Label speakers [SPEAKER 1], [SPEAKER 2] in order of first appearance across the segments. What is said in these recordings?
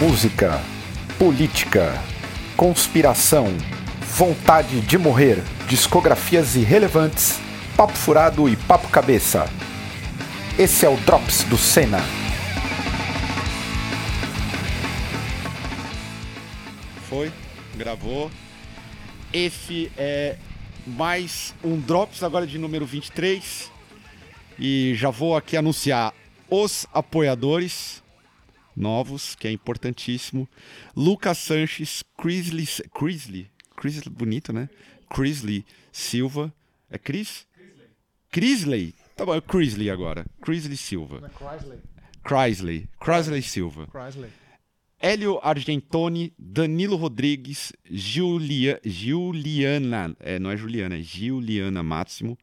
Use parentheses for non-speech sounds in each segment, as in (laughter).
[SPEAKER 1] música, política, conspiração, vontade de morrer, discografias irrelevantes, papo furado e papo cabeça. Esse é o Drops do Senna.
[SPEAKER 2] Foi, gravou. Esse é mais um Drops, agora de número 23. E já vou aqui anunciar os apoiadores novos, que é importantíssimo. Lucas Sanches, Crisley, Crisley, Crisley bonito, né? Crisley Silva. É Cris? Crisley. Tá bom, é Crisley agora. Crisley Silva. Crisley. Crisley Silva. Hélio Argentoni, Danilo Rodrigues, Giulia, Giuliana, é, não é Juliana, é Giuliana Máximo,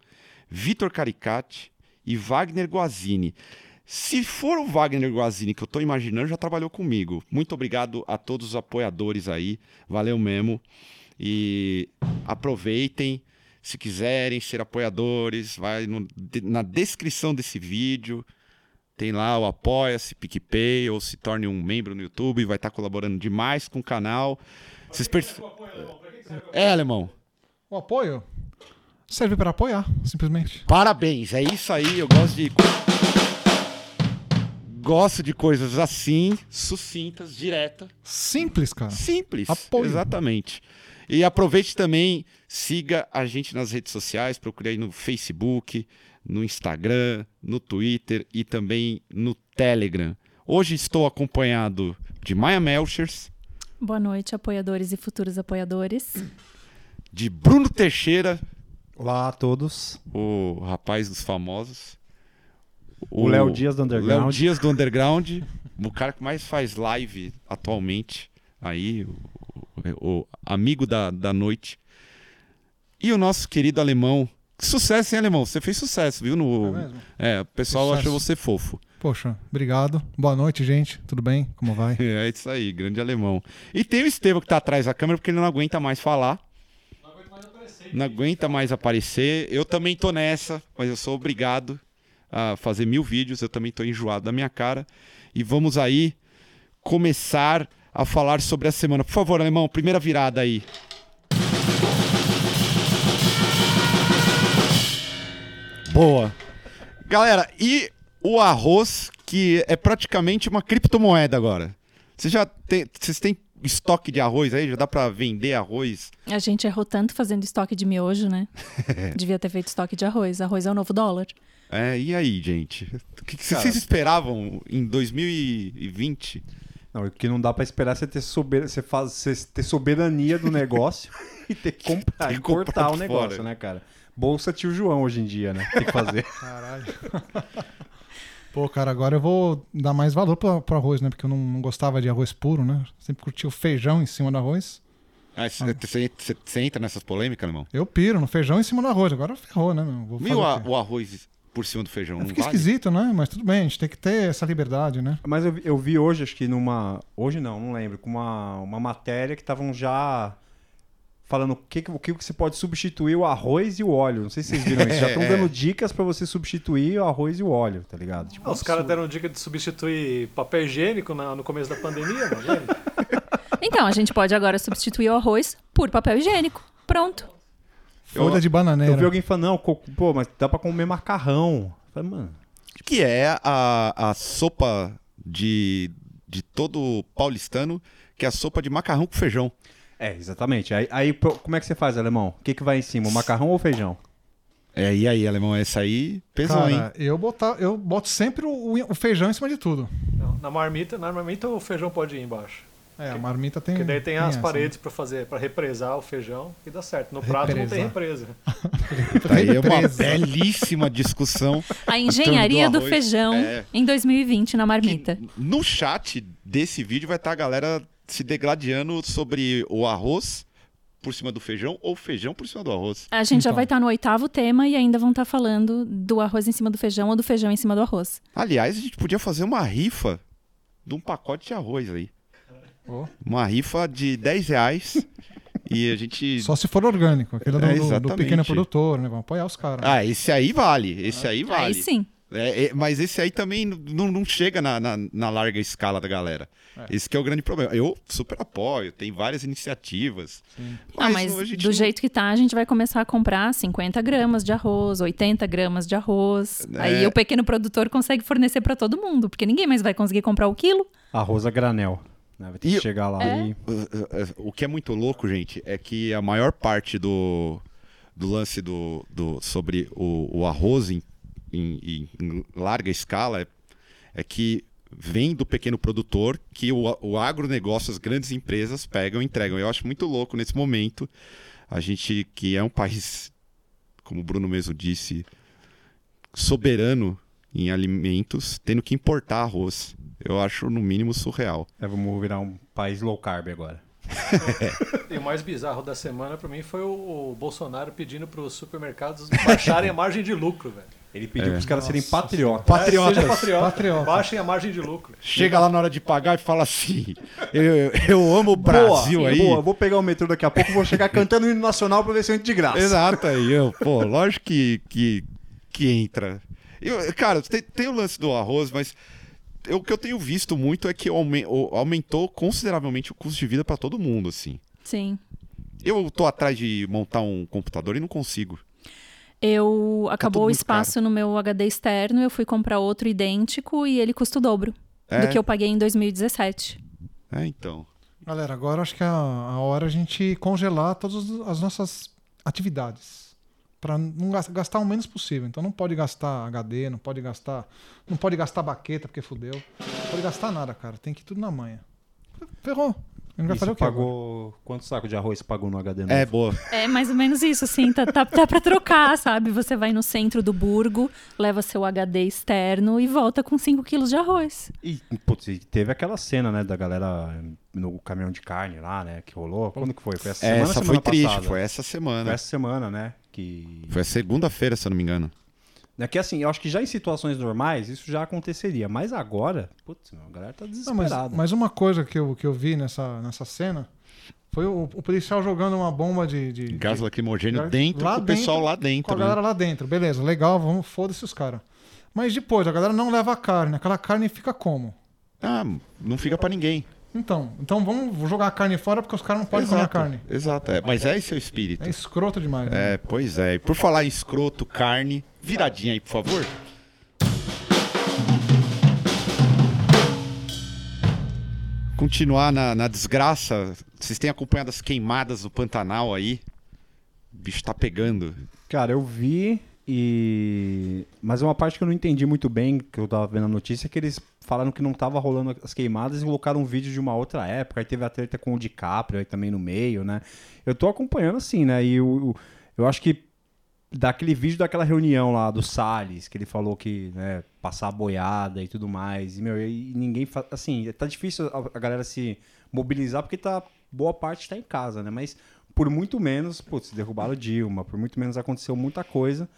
[SPEAKER 2] Vitor Caricati e Wagner Guazini. Se for o Wagner Guazini que eu estou imaginando, já trabalhou comigo. Muito obrigado a todos os apoiadores aí, valeu mesmo. E aproveitem, se quiserem ser apoiadores, vai no- de- na descrição desse vídeo, tem lá o Apoia-se, PicPay, ou se torne um membro no YouTube, vai estar colaborando demais com o canal. Vocês perce- É, alemão.
[SPEAKER 3] O apoio serve para apoiar, simplesmente.
[SPEAKER 2] Parabéns, é isso aí, eu gosto de. Gosto de coisas assim, sucintas, direta,
[SPEAKER 3] Simples, cara.
[SPEAKER 2] simples.
[SPEAKER 3] Apoio.
[SPEAKER 2] Exatamente. E aproveite também, siga a gente nas redes sociais, procure aí no Facebook, no Instagram, no Twitter e também no Telegram. Hoje estou acompanhado de Maia Melchers,
[SPEAKER 4] Boa noite, apoiadores e futuros apoiadores.
[SPEAKER 2] de Bruno Teixeira,
[SPEAKER 5] Olá a todos.
[SPEAKER 2] o rapaz dos famosos.
[SPEAKER 5] O Léo Dias do Underground.
[SPEAKER 2] Léo Dias do Underground, (laughs) o cara que mais faz live atualmente, aí, o, o- o amigo da, da noite. E o nosso querido alemão. Que sucesso, hein, alemão? Você fez sucesso, viu? No...
[SPEAKER 3] É mesmo?
[SPEAKER 2] É, o pessoal
[SPEAKER 3] Sucesso.
[SPEAKER 2] achou você fofo.
[SPEAKER 3] Poxa, obrigado. Boa noite, gente. Tudo bem? Como
[SPEAKER 2] (laughs)
[SPEAKER 3] vai?
[SPEAKER 2] É isso aí, grande alemão. E tem o Estevão que tá atrás da câmera porque ele não aguenta mais falar. Não aguenta mais aparecer. Eu também tô nessa, mas eu sou obrigado a fazer mil vídeos. Eu também tô enjoado da minha cara. E vamos aí começar a falar sobre a semana. Por favor, alemão, primeira virada aí. Boa. Galera, e o arroz que é praticamente uma criptomoeda agora? Você já tem, vocês têm estoque de arroz aí? Já dá pra vender arroz?
[SPEAKER 4] A gente errou tanto fazendo estoque de miojo, né? Devia ter feito estoque de arroz. Arroz é o novo dólar.
[SPEAKER 2] É, e aí, gente? O que, que
[SPEAKER 5] Cara.
[SPEAKER 2] vocês esperavam em 2020?
[SPEAKER 5] Não, o que não dá pra esperar é você ter, sober... você faz... você ter soberania
[SPEAKER 2] (laughs)
[SPEAKER 5] do negócio e ter que comprar
[SPEAKER 2] Tem
[SPEAKER 5] e
[SPEAKER 2] que comprar
[SPEAKER 5] cortar o
[SPEAKER 2] de
[SPEAKER 5] negócio,
[SPEAKER 2] fora.
[SPEAKER 5] né, cara? Bolsa tio João hoje em dia, né? Tem que
[SPEAKER 2] (laughs)
[SPEAKER 5] fazer.
[SPEAKER 3] Caralho. Pô, cara, agora eu vou dar mais valor pro, pro arroz, né? Porque eu não, não gostava de arroz puro, né? Sempre curti o feijão em cima do arroz.
[SPEAKER 2] Ah, Você entra nessas polêmicas, irmão?
[SPEAKER 3] Eu piro no feijão em cima do arroz. Agora ferrou, né? meu? Vou fazer
[SPEAKER 2] Viu
[SPEAKER 3] o
[SPEAKER 2] a-
[SPEAKER 3] quê?
[SPEAKER 2] o arroz por cima do feijão? Não
[SPEAKER 3] Fica
[SPEAKER 2] vale?
[SPEAKER 3] esquisito, né? Mas tudo bem, a gente tem que ter essa liberdade, né?
[SPEAKER 5] Mas eu vi, eu vi hoje, acho que numa. Hoje não, não lembro. Com uma, uma matéria que estavam já falando o que, que- o que que você pode substituir o arroz e o óleo. Não sei se vocês viram isso. Já
[SPEAKER 2] (laughs)
[SPEAKER 5] estão dando
[SPEAKER 2] É.
[SPEAKER 5] dicas pra você substituir o arroz e o óleo, tá ligado? Tipo,
[SPEAKER 6] Ah, os caras deram dica de substituir papel higiênico na- no começo da pandemia, mano.
[SPEAKER 3] (laughs)
[SPEAKER 6] lembra?
[SPEAKER 4] Então, a gente pode agora substituir o arroz por papel higiênico. Pronto.
[SPEAKER 3] Folha de bananeira.
[SPEAKER 5] Eu vi alguém falando, não, co- pô, mas dá pra comer macarrão. Eu falei, mano.
[SPEAKER 2] O que é a, a sopa de, de todo paulistano, que é a sopa de macarrão com feijão?
[SPEAKER 5] É, exatamente. Aí, aí, pô, como é que você faz, alemão? O que, que vai em cima, o macarrão ou o feijão?
[SPEAKER 2] É, e aí, alemão, essa aí pesou, hein?
[SPEAKER 3] Cara, eu, botar, eu boto sempre o, o feijão em cima de tudo.
[SPEAKER 6] Não, na marmita, na marmita o feijão pode ir embaixo.
[SPEAKER 3] É, a marmita tem.
[SPEAKER 6] Porque daí tem as
[SPEAKER 3] essa, né?
[SPEAKER 6] paredes pra fazer, para represar o feijão e dá certo. No prato não tem represa.
[SPEAKER 3] (laughs)
[SPEAKER 2] Tá aí é uma
[SPEAKER 3] Presa.
[SPEAKER 2] belíssima discussão.
[SPEAKER 4] A engenharia do
[SPEAKER 2] arroz.
[SPEAKER 4] feijão
[SPEAKER 2] É.
[SPEAKER 4] em 2020 na marmita.
[SPEAKER 2] No chat desse vídeo vai estar a galera se degladiando sobre o arroz por cima do feijão ou feijão por cima do arroz.
[SPEAKER 4] A gente já
[SPEAKER 3] Então.
[SPEAKER 4] vai estar no oitavo tema e ainda vão estar falando do arroz em cima do feijão ou do feijão em cima do arroz.
[SPEAKER 2] Aliás, a gente podia fazer uma rifa de um pacote de arroz aí.
[SPEAKER 3] Ó.
[SPEAKER 2] Uma rifa de 10 reais e a gente.
[SPEAKER 3] Assim. Só se for orgânico, aquele do-
[SPEAKER 2] É,
[SPEAKER 3] do, do
[SPEAKER 2] exatamente.
[SPEAKER 3] pequeno produtor, né? Vamos apoiar os caras.
[SPEAKER 2] Ah, esse aí vale. Esse aí vale.
[SPEAKER 4] Aí sim.
[SPEAKER 2] É, é, mas esse aí também não, não chega na, na, na larga escala da galera. Esse que é o grande problema. Eu super apoio, tem várias iniciativas.
[SPEAKER 4] Ah, mas
[SPEAKER 2] a gente
[SPEAKER 4] do
[SPEAKER 2] não-
[SPEAKER 4] jeito que tá, a gente vai começar a comprar 50 gramas de arroz, 80 gramas de arroz.
[SPEAKER 2] É.
[SPEAKER 4] Aí o pequeno produtor consegue fornecer para todo mundo, porque ninguém mais vai conseguir comprar o quilo.
[SPEAKER 5] Arroz a granel. né? Vai ter
[SPEAKER 2] E-
[SPEAKER 5] que chegar lá
[SPEAKER 4] É.
[SPEAKER 5] e.
[SPEAKER 2] O que é muito louco, gente, é que a maior parte do, do lance do, do- sobre o, o arroz em, em- em larga escala é, é que vem do pequeno produtor que o, a- o agronegócio, as grandes empresas pegam e entregam. Eu acho muito louco nesse momento a gente, que é um país, como o Bruno mesmo disse, soberano em alimentos, tendo que importar arroz. Eu acho, no mínimo, surreal.
[SPEAKER 5] É, vamos virar um país low carb agora.
[SPEAKER 6] E o mais bizarro da semana pra mim foi o, o Bolsonaro pedindo pros supermercados baixarem a margem de lucro, velho.
[SPEAKER 5] Ele pediu pros caras serem patriotas.
[SPEAKER 2] Patriotas.
[SPEAKER 6] É, seja patriota,
[SPEAKER 3] Patriota.
[SPEAKER 6] Baixem a margem de lucro.
[SPEAKER 2] Chega lá na hora de pagar e fala assim: Eu, eu- eu amo o Brasil aí.
[SPEAKER 5] Boa, vou pegar o metrô daqui a pouco, vou chegar cantando o hino nacional pra ver se eu entro de graça.
[SPEAKER 2] Exato, aí eu, pô, lógico que, que, que entra. Eu- cara, tem, tem o lance do arroz, mas eu- o que eu tenho visto muito é que aumen- o- aumentou consideravelmente o custo de vida pra todo mundo, assim.
[SPEAKER 4] Sim.
[SPEAKER 2] Eu tô atrás de montar um computador e não consigo.
[SPEAKER 4] Eu
[SPEAKER 2] Tá tudo
[SPEAKER 4] acabou o
[SPEAKER 2] muito
[SPEAKER 4] espaço no meu HD externo, eu fui comprar outro idêntico e ele custa o dobro
[SPEAKER 2] É.
[SPEAKER 4] do que eu paguei em 2017.
[SPEAKER 2] É, então.
[SPEAKER 3] Galera, agora acho que é a, a hora a gente congelar todas as nossas atividades. Pra não gas- gastar o menos possível. Então não pode gastar HD, não pode gastar. Não pode gastar baqueta, porque fudeu. Não pode gastar nada, cara. Tem que ir tudo na manha. Ferrou. A gente vai
[SPEAKER 5] Isso
[SPEAKER 3] fazer o quê? agora?
[SPEAKER 5] pagou... Quanto saco de arroz pagou no HD novo?
[SPEAKER 2] É, boa.
[SPEAKER 4] É mais ou menos isso, assim, tá, tá, tá pra trocar, sabe? Você vai no centro do burgo, leva seu HD externo e volta com 5 quilos de arroz.
[SPEAKER 5] E, putz, e teve aquela cena, né, da galera no caminhão de carne lá, né, que rolou. Quando que foi? Foi É, essa semana ou
[SPEAKER 2] Essa
[SPEAKER 5] semana
[SPEAKER 2] foi triste,
[SPEAKER 5] passada?
[SPEAKER 2] foi essa semana.
[SPEAKER 5] Foi essa semana, né, que...
[SPEAKER 2] Foi segunda-feira, se eu não me engano.
[SPEAKER 5] É que assim, eu acho que já em situações normais isso já aconteceria, mas agora, putz, meu, a galera tá
[SPEAKER 3] Não, mas,
[SPEAKER 5] desesperada.
[SPEAKER 3] mas uma coisa que eu, que eu vi nessa, nessa cena foi o, o policial jogando uma bomba de. de-
[SPEAKER 2] Gás
[SPEAKER 3] de-
[SPEAKER 2] lacrimogênio
[SPEAKER 3] Né? Lá
[SPEAKER 2] dentro, com o pessoal
[SPEAKER 3] dentro,
[SPEAKER 2] lá dentro.
[SPEAKER 3] com a
[SPEAKER 2] né?
[SPEAKER 3] galera lá dentro. Beleza, legal, vamos, foda-se os caras. Mas depois, a galera não leva a carne. Aquela carne fica como?
[SPEAKER 2] Ah, não fica pra ninguém.
[SPEAKER 3] Então, então vamos jogar a carne fora porque os caras não podem comer a carne.
[SPEAKER 2] Exato, é. mas é esse é o espírito.
[SPEAKER 3] É escroto demais. né?
[SPEAKER 2] É, pois é. E por falar em escroto, carne, viradinha aí, por favor. Continuar na, na desgraça. Vocês têm acompanhado as queimadas no Pantanal aí? O bicho tá pegando.
[SPEAKER 5] Cara, eu vi e. Mas é uma parte que eu não entendi muito bem, que eu tava vendo a notícia, é que eles falaram que não tava rolando as queimadas e colocaram um vídeo de uma outra época. Aí teve a treta com o DiCaprio aí também no meio, né? Eu tô acompanhando assim, né? E eu, eu acho que daquele vídeo daquela reunião lá do Salles, que ele falou que, né, passar a boiada e tudo mais. E, meu, e ninguém. fa- Assim, tá difícil a, a galera se mobilizar porque tá. Boa parte tá em casa, né? Mas por muito menos, putz, derrubaram Dilma, por muito menos aconteceu muita coisa.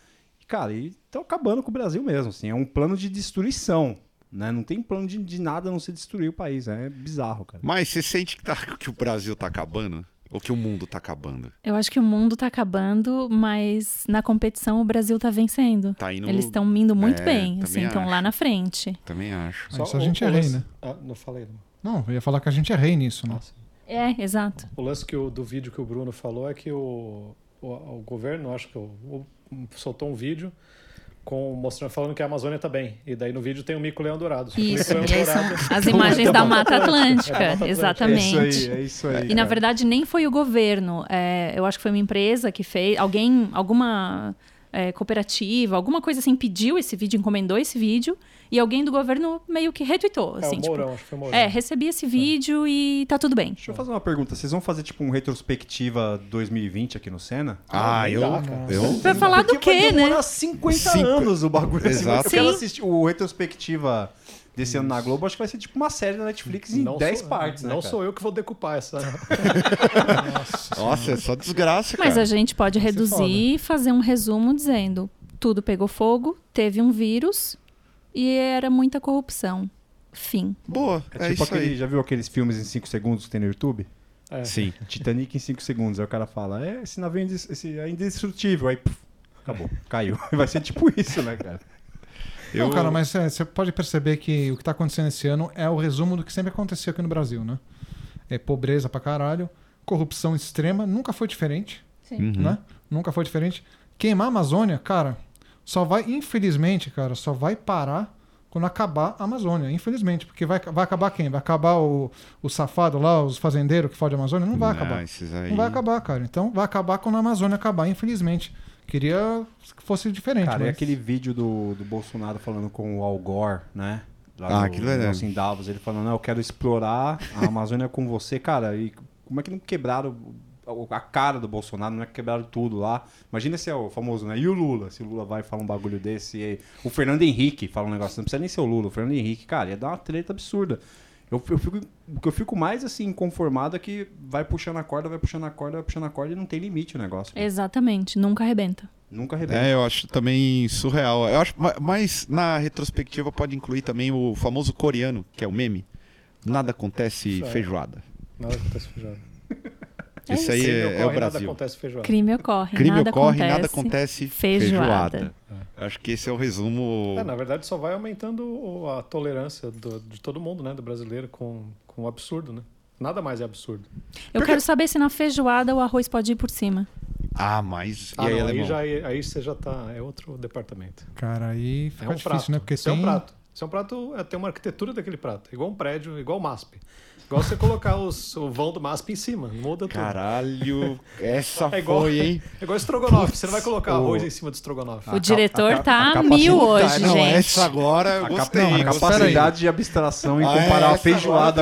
[SPEAKER 5] E, cara, e estão acabando com o Brasil mesmo, assim, é um plano de destruição, né? Não tem plano de, de nada a não ser destruir o país, né? é bizarro, cara.
[SPEAKER 2] Mas você sente que, tá, (laughs) que o Brasil tá acabando? Ou que o mundo tá acabando?
[SPEAKER 4] Eu acho que o mundo tá acabando, mas na competição o Brasil tá vencendo.
[SPEAKER 2] Tá indo.
[SPEAKER 4] Eles estão indo muito
[SPEAKER 2] É,
[SPEAKER 4] bem,
[SPEAKER 2] também
[SPEAKER 4] assim, estão lá
[SPEAKER 2] acho.
[SPEAKER 4] na frente.
[SPEAKER 2] Também acho.
[SPEAKER 3] Mas isso a gente é rei,
[SPEAKER 6] lance-
[SPEAKER 3] né?
[SPEAKER 6] Ah, não falei. Não.
[SPEAKER 3] Não, eu ia falar que a gente é rei nisso, né?
[SPEAKER 6] Nossa.
[SPEAKER 4] É, exato.
[SPEAKER 6] O lance que o- do vídeo que o Bruno falou é que o, o, o governo, acho que o, o- soltou um vídeo com, mostrando, falando que a Amazônia tá bem. E daí no vídeo tem o mico leão dourado. Só que o
[SPEAKER 4] Isso,
[SPEAKER 6] mico-leão
[SPEAKER 4] e aí são
[SPEAKER 6] dourado-
[SPEAKER 4] as
[SPEAKER 2] (laughs)
[SPEAKER 4] imagens da Mata
[SPEAKER 6] É da
[SPEAKER 4] Atlântica,
[SPEAKER 6] Mata Atlântica.
[SPEAKER 4] exatamente.
[SPEAKER 5] é isso aí.
[SPEAKER 4] E na verdade nem foi o governo, é, eu acho que foi uma empresa que fez, alguém, alguma é, cooperativa, alguma coisa assim pediu esse vídeo, encomendou esse vídeo e alguém do governo meio que retweetou,
[SPEAKER 6] É,
[SPEAKER 4] assim,
[SPEAKER 6] o
[SPEAKER 4] tipo,
[SPEAKER 6] Mourão, acho que foi o Mourão.
[SPEAKER 4] é, recebi esse vídeo e tá tudo bem.
[SPEAKER 5] Deixa eu fazer uma pergunta, vocês vão fazer tipo um retrospectiva 2020 aqui no Senna?
[SPEAKER 2] Ah, eu. eu
[SPEAKER 4] Vai falar do quê, né?
[SPEAKER 5] 50
[SPEAKER 2] Cinco-
[SPEAKER 5] anos o bagulho. assim,
[SPEAKER 2] Exato.
[SPEAKER 5] Eu quero
[SPEAKER 4] Sim.
[SPEAKER 5] assistir o retrospectiva desse ano na Globo, acho que vai ser tipo uma série da Netflix em
[SPEAKER 6] Não
[SPEAKER 5] 10
[SPEAKER 6] sou-
[SPEAKER 5] partes, né,
[SPEAKER 6] Não
[SPEAKER 5] cara?
[SPEAKER 6] sou eu que vou decupar essa. (laughs)
[SPEAKER 2] Nossa, é só desgraça, cara.
[SPEAKER 4] Mas a gente pode
[SPEAKER 3] vai ser
[SPEAKER 4] reduzir e fazer um resumo dizendo, tudo pegou fogo, teve um vírus e era muita corrupção. Fim.
[SPEAKER 2] Boa, é,
[SPEAKER 5] É
[SPEAKER 2] isso
[SPEAKER 5] tipo aquele,
[SPEAKER 2] aí.
[SPEAKER 5] já viu aqueles filmes em 5 segundos que tem no YouTube?
[SPEAKER 6] É.
[SPEAKER 2] Sim.
[SPEAKER 5] Titanic em 5 segundos. Aí o cara fala, é, esse navio é (laughs) indes- esse é indestrutível. Aí, puf, acabou, caiu. Vai ser tipo isso, né, cara?
[SPEAKER 3] Não, cara, mas é, você pode perceber que o que está acontecendo esse ano é o resumo do que sempre aconteceu aqui no Brasil, né? É pobreza pra caralho, corrupção extrema, nunca foi diferente,
[SPEAKER 4] Sim.
[SPEAKER 5] Uhum.
[SPEAKER 3] né? Nunca foi diferente. Queimar a Amazônia, cara, só vai, infelizmente, cara, só vai parar quando acabar a Amazônia, infelizmente. Porque vai, vai acabar quem? Vai acabar o, o safado lá, os fazendeiros que fodem a Amazônia? Não vai acabar.
[SPEAKER 2] Esses aí...
[SPEAKER 3] Não vai acabar, cara. Então vai acabar quando a Amazônia acabar, infelizmente. Queria que fosse diferente.
[SPEAKER 5] Cara,
[SPEAKER 3] mas...
[SPEAKER 5] e aquele vídeo do, do Bolsonaro falando com o Al Gore, né?
[SPEAKER 2] Ah,
[SPEAKER 5] Lá do,
[SPEAKER 2] aquilo é-
[SPEAKER 5] do negócio em Davos, ele falando, não, eu quero explorar a Amazônia com você, cara. E como é que não quebraram o- a cara do Bolsonaro, não é que quebraram tudo lá? Imagina se é o famoso, né? E o Lula? Se o Lula vai falar um bagulho desse. e- o Fernando Henrique fala um negócio, não precisa nem ser o Lula, o Fernando Henrique, cara, ia dar uma treta absurda. Eu, eu fico, o que eu fico mais assim, conformado é que vai puxando a corda, vai puxando a corda, vai puxando a corda e não tem limite o negócio.
[SPEAKER 4] É. Exatamente, nunca arrebenta.
[SPEAKER 5] Nunca arrebenta.
[SPEAKER 2] É, eu acho também surreal. Eu acho, ma- mas na retrospectiva pode incluir também o famoso coreano, que é o meme. Nada acontece
[SPEAKER 6] Isso é.
[SPEAKER 2] feijoada.
[SPEAKER 6] Nada acontece feijoada.
[SPEAKER 4] É
[SPEAKER 2] Esse aí
[SPEAKER 6] Crime
[SPEAKER 2] é, é o
[SPEAKER 6] ocorre, Nada
[SPEAKER 2] Brasil.
[SPEAKER 6] acontece feijoada.
[SPEAKER 4] Crime ocorre,
[SPEAKER 2] Crime
[SPEAKER 4] nada
[SPEAKER 2] ocorre,
[SPEAKER 4] acontece.
[SPEAKER 2] nada acontece
[SPEAKER 4] Feijoada.
[SPEAKER 2] feijoada. Acho que esse é o resumo.
[SPEAKER 6] É, na verdade, só vai aumentando o- a tolerância do- de todo mundo, né? Do brasileiro com, com o absurdo, né? Nada mais é absurdo.
[SPEAKER 4] Eu quero saber se na feijoada o arroz pode ir por cima.
[SPEAKER 2] Ah, mas. e
[SPEAKER 6] Ah,
[SPEAKER 2] aí,
[SPEAKER 6] não, aí,
[SPEAKER 2] alemão?
[SPEAKER 6] já, aí você já tá. É outro departamento.
[SPEAKER 3] Cara, aí fica
[SPEAKER 6] É um
[SPEAKER 3] difícil,
[SPEAKER 6] prato.
[SPEAKER 3] né? Porque
[SPEAKER 6] Isso é
[SPEAKER 3] tem...
[SPEAKER 6] um prato. Isso é um prato, é, tem uma arquitetura daquele prato. Igual um prédio, igual o MASP. Igual você colocar os- o vão do MASP em cima. Muda tudo.
[SPEAKER 2] Caralho, essa
[SPEAKER 6] (laughs) É igual,
[SPEAKER 2] foi, hein?
[SPEAKER 6] é igual estrogonofe.
[SPEAKER 2] Putz, Ah,
[SPEAKER 6] você não vai colocar
[SPEAKER 2] o-
[SPEAKER 6] arroz em cima do estrogonofe.
[SPEAKER 4] o diretor
[SPEAKER 5] a-
[SPEAKER 4] tá
[SPEAKER 5] a
[SPEAKER 4] a,
[SPEAKER 5] capacidade-
[SPEAKER 4] mil
[SPEAKER 2] Tá,
[SPEAKER 4] hoje,
[SPEAKER 2] não,
[SPEAKER 4] gente.
[SPEAKER 2] essa agora eu
[SPEAKER 5] A capa-
[SPEAKER 2] gostei.
[SPEAKER 5] não, a
[SPEAKER 2] gostei.
[SPEAKER 5] capacidade de abstração em
[SPEAKER 2] Ah,
[SPEAKER 5] comparar
[SPEAKER 2] essa
[SPEAKER 5] a feijoada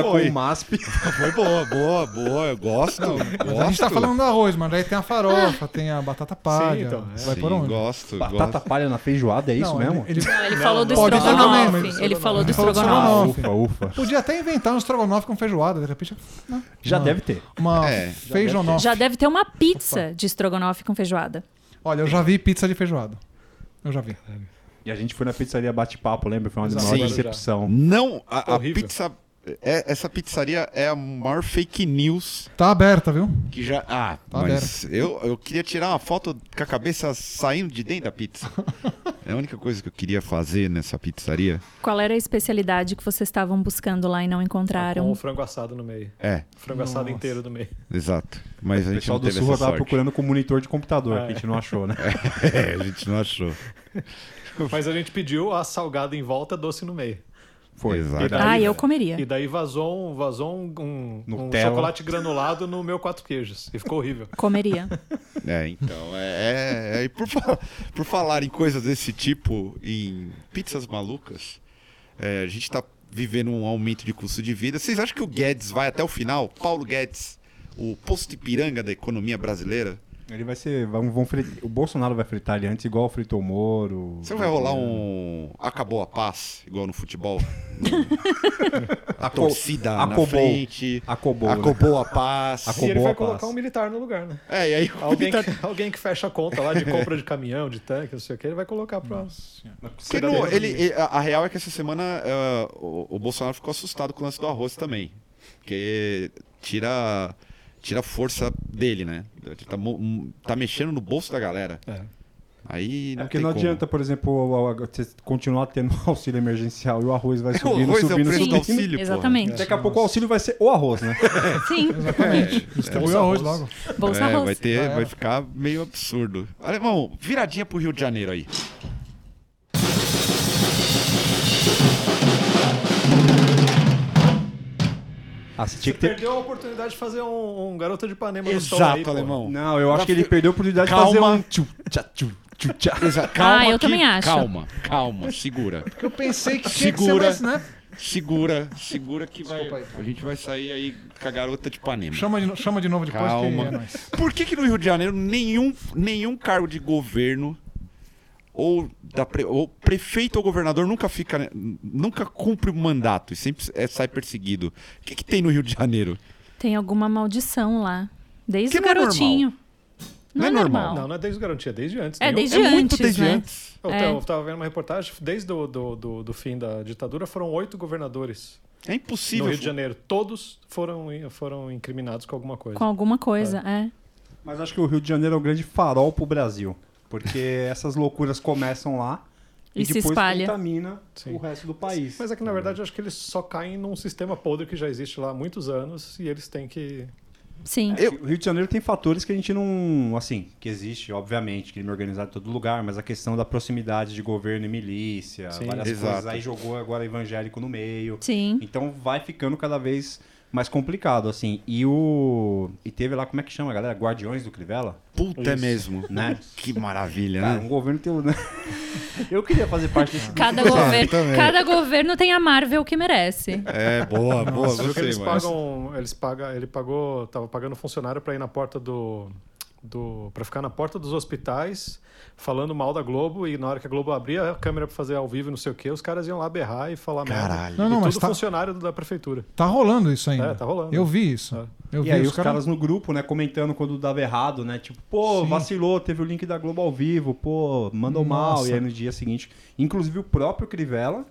[SPEAKER 2] (laughs) agora foi.
[SPEAKER 5] com o MASP.
[SPEAKER 2] Foi boa, boa, boa. Eu gosto.
[SPEAKER 3] Mas
[SPEAKER 2] gosto.
[SPEAKER 3] a gente tá falando do arroz, mas daí tem a farofa, tem a batata palha.
[SPEAKER 6] é. Ah. então, é.
[SPEAKER 3] Vai
[SPEAKER 2] Sim,
[SPEAKER 3] por onde?
[SPEAKER 2] Gosto,
[SPEAKER 5] Batata
[SPEAKER 2] gosto.
[SPEAKER 5] palha na feijoada, é isso
[SPEAKER 3] Não,
[SPEAKER 5] mesmo?
[SPEAKER 3] Ele, ele
[SPEAKER 4] Não, ele falou do
[SPEAKER 3] Pode
[SPEAKER 4] estrogonofe.
[SPEAKER 3] também, mas-
[SPEAKER 4] ele falou do
[SPEAKER 3] Ele falou do
[SPEAKER 6] Ah,
[SPEAKER 4] estrogonofe.
[SPEAKER 3] estrogonofe.
[SPEAKER 5] ufa.
[SPEAKER 3] podia até inventar um estrogonofe com feijoada, de repente. né?
[SPEAKER 5] Já
[SPEAKER 3] uma,
[SPEAKER 5] deve ter.
[SPEAKER 3] Uma
[SPEAKER 2] É,
[SPEAKER 3] feijonofe.
[SPEAKER 4] Já deve ter uma pizza de estrogonofe com feijoada.
[SPEAKER 3] Olha, eu já vi pizza de feijoada. Eu já vi.
[SPEAKER 5] E a gente foi na pizzaria bate-papo, lembra? Foi uma
[SPEAKER 6] Exato.
[SPEAKER 5] maior
[SPEAKER 2] Sim.
[SPEAKER 5] decepção.
[SPEAKER 2] Não,
[SPEAKER 5] Tá
[SPEAKER 2] a, a
[SPEAKER 6] Horrível.
[SPEAKER 2] pizza. é- essa pizzaria é a maior fake news
[SPEAKER 3] Tá aberta, viu?
[SPEAKER 2] que já. Ah,
[SPEAKER 3] Tá
[SPEAKER 2] mas eu, eu queria tirar uma foto com a cabeça saindo de dentro da pizza. É a única coisa que eu queria fazer nessa pizzaria.
[SPEAKER 4] Qual era a especialidade que vocês estavam buscando lá e não
[SPEAKER 6] Com
[SPEAKER 4] encontraram?
[SPEAKER 6] o frango assado no meio.
[SPEAKER 2] É,
[SPEAKER 6] O frango assado inteiro no meio. (laughs)
[SPEAKER 2] exato. Mas
[SPEAKER 5] O
[SPEAKER 2] a gente
[SPEAKER 5] pessoal
[SPEAKER 2] não
[SPEAKER 5] do
[SPEAKER 2] teve
[SPEAKER 5] Surra
[SPEAKER 2] essa
[SPEAKER 5] tava
[SPEAKER 2] sorte.
[SPEAKER 5] procurando com monitor de computador,
[SPEAKER 6] Ah,
[SPEAKER 5] que a
[SPEAKER 6] é.
[SPEAKER 5] gente não achou, né?
[SPEAKER 2] (laughs) É, a gente não achou.
[SPEAKER 6] Mas a gente pediu a salgada em volta, doce no meio.
[SPEAKER 5] Foi.
[SPEAKER 2] Exato.
[SPEAKER 4] Ah,
[SPEAKER 6] daí-
[SPEAKER 4] eu comeria.
[SPEAKER 6] E daí vazou um, vazou um, um- um
[SPEAKER 5] Nutella.
[SPEAKER 6] chocolate granulado no meu quatro queijos. E ficou horrível.
[SPEAKER 4] Comeria.
[SPEAKER 2] É, então, é. é- é- e por, fa- por falar em coisas desse tipo, em pizzas malucas, é, a gente tá vivendo um aumento de custo de vida. Vocês acham que o Guedes vai até o final? Paulo Guedes, o posto de piranga da economia brasileira?
[SPEAKER 5] Ele vai ser. Vão, vão frit- O Bolsonaro vai fritar ele antes, igual fritou o Moro.
[SPEAKER 2] Você não vai rolar um. Acabou a paz, igual no (laughs) futebol? a torcida
[SPEAKER 5] Acobou.
[SPEAKER 2] na frente.
[SPEAKER 5] Acobou. né?
[SPEAKER 2] Acabou a paz.
[SPEAKER 5] Acobou.
[SPEAKER 6] e ele vai
[SPEAKER 5] a paz.
[SPEAKER 6] colocar um militar no lugar, né?
[SPEAKER 2] É, e aí o
[SPEAKER 6] Alguém
[SPEAKER 2] militar-
[SPEAKER 6] que, alguém que fecha a conta (laughs) lá de compra de caminhão, de tanque, não sei o que, ele vai colocar pra. tá
[SPEAKER 2] Porque no- ele, ele- a, a real é que essa semana ah, o, o Bolsonaro ficou assustado com o lance do arroz também. Porque tira, tira a força dele, né? Ele Tá, mo- m- tá mexendo no bolso da galera.
[SPEAKER 6] É.
[SPEAKER 2] Aí não
[SPEAKER 5] É Porque
[SPEAKER 2] tem
[SPEAKER 5] não
[SPEAKER 2] como.
[SPEAKER 5] adianta, por exemplo, o- o- você continuar tendo (laughs) auxílio emergencial e o arroz vai
[SPEAKER 2] É, (laughs) o
[SPEAKER 5] subindo,
[SPEAKER 2] arroz é o
[SPEAKER 5] subindo,
[SPEAKER 2] preço do
[SPEAKER 5] subindo.
[SPEAKER 2] auxílio, porra. É.
[SPEAKER 4] Exatamente.
[SPEAKER 5] Daqui a pouco o auxílio vai ser o arroz, né?
[SPEAKER 4] Sim,
[SPEAKER 3] Exatamente. Distribuiu
[SPEAKER 6] É.
[SPEAKER 3] arroz
[SPEAKER 6] Arroz.
[SPEAKER 3] logo.
[SPEAKER 4] bolsa
[SPEAKER 2] É,
[SPEAKER 4] arroz.
[SPEAKER 2] vai,
[SPEAKER 3] Já
[SPEAKER 2] ter,
[SPEAKER 3] era.
[SPEAKER 2] vai ficar meio absurdo. Alemão, viradinha pro Rio de Janeiro aí.
[SPEAKER 5] Ah, você
[SPEAKER 6] Você
[SPEAKER 5] tinha que ter.
[SPEAKER 6] perdeu a oportunidade de fazer um, um garoto de Ipanema no sol aí, pô.
[SPEAKER 5] Não, eu acho que ele perdeu a oportunidade
[SPEAKER 2] Calma.
[SPEAKER 5] de fazer um tchu, tchá, tchu, tchu, tchá.
[SPEAKER 2] Exa- calma
[SPEAKER 4] Ah, eu
[SPEAKER 2] que-
[SPEAKER 4] também acho.
[SPEAKER 2] Calma, calma, segura.
[SPEAKER 3] Porque eu pensei que tinha
[SPEAKER 2] Segura.
[SPEAKER 3] que ser mais, né?
[SPEAKER 2] Segura, segura que vai, a gente vai sair aí com a garota de Panema.
[SPEAKER 3] Chama de, chama de novo depois que é
[SPEAKER 2] Calma.
[SPEAKER 3] nóis.
[SPEAKER 2] Por que, que no Rio de Janeiro nenhum, nenhum cargo de governo ou, da pre- ou prefeito ou governador nunca fica né, nunca cumpre o mandato e sempre é, sai perseguido? O que, que tem no Rio de Janeiro?
[SPEAKER 4] Tem alguma maldição lá. Desde
[SPEAKER 2] Que
[SPEAKER 4] o
[SPEAKER 2] não é
[SPEAKER 4] garotinho.
[SPEAKER 2] Não é normal.
[SPEAKER 6] Não, não é desde garantia, é desde antes.
[SPEAKER 4] É
[SPEAKER 6] Nenhum-
[SPEAKER 4] desde
[SPEAKER 2] é
[SPEAKER 4] antes,
[SPEAKER 2] muito desde
[SPEAKER 4] né?
[SPEAKER 2] antes.
[SPEAKER 6] Eu,
[SPEAKER 4] É.
[SPEAKER 6] eu tava vendo uma reportagem, desde o do, do, do fim da ditadura foram oito governadores
[SPEAKER 2] É impossível.
[SPEAKER 6] no Rio de Janeiro. Todos foram, foram incriminados com alguma coisa.
[SPEAKER 4] Com alguma coisa, é.
[SPEAKER 5] (laughs) Mas acho que o Rio de Janeiro é um grande farol pro Brasil. Porque essas loucuras começam lá e,
[SPEAKER 4] E se
[SPEAKER 5] depois
[SPEAKER 4] espalha.
[SPEAKER 5] contamina
[SPEAKER 6] Sim.
[SPEAKER 5] o resto do país.
[SPEAKER 6] Mas é que, na verdade, eu acho que eles só caem num sistema podre que já existe lá há muitos anos e eles têm que.
[SPEAKER 4] Sim.
[SPEAKER 5] É que O Rio de Janeiro tem fatores que a gente não. Assim, que existe, obviamente, crime organizado em todo lugar, mas a questão da proximidade de governo e milícia,
[SPEAKER 6] Sim.
[SPEAKER 5] várias
[SPEAKER 2] Exato.
[SPEAKER 5] coisas. Aí jogou agora evangélico no meio.
[SPEAKER 2] (laughs)
[SPEAKER 4] Sim.
[SPEAKER 5] Então vai ficando cada vez mais complicado, assim. E o. E teve lá, como é que chama, galera? Guardiões do Crivella?
[SPEAKER 2] Puta é mesmo,
[SPEAKER 5] Né?
[SPEAKER 2] Que maravilha,
[SPEAKER 5] Cara,
[SPEAKER 2] né?
[SPEAKER 5] um governo tem. o- (laughs) Eu queria fazer parte desse.
[SPEAKER 4] Cada, governo, cada governo tem a Marvel que merece.
[SPEAKER 2] É, boa, boa.
[SPEAKER 6] Você viu que
[SPEAKER 2] Você,
[SPEAKER 6] Tá. eles
[SPEAKER 2] mas...
[SPEAKER 6] pagam. Eles paga, ele pagou. Tava pagando funcionário pra ir na porta do. do para ficar na porta dos hospitais falando mal da Globo e na hora que a Globo abria a câmera pra fazer ao vivo e não sei o que, os caras iam lá berrar e falar merda.
[SPEAKER 2] Caralho.
[SPEAKER 3] Não, não,
[SPEAKER 6] e
[SPEAKER 3] mas
[SPEAKER 6] tudo
[SPEAKER 3] tá-
[SPEAKER 6] funcionário da prefeitura.
[SPEAKER 3] Tá rolando isso ainda.
[SPEAKER 6] É, tá rolando.
[SPEAKER 3] Eu vi isso.
[SPEAKER 6] É.
[SPEAKER 3] Eu
[SPEAKER 5] E
[SPEAKER 3] vi
[SPEAKER 5] aí
[SPEAKER 3] os,
[SPEAKER 5] os caras no grupo, né, comentando quando dava errado, né? Tipo, pô,
[SPEAKER 3] Sim.
[SPEAKER 5] vacilou, teve o link da Globo ao vivo, pô, mandou mal.
[SPEAKER 3] Nossa.
[SPEAKER 5] E aí no dia seguinte. Inclusive o próprio Crivella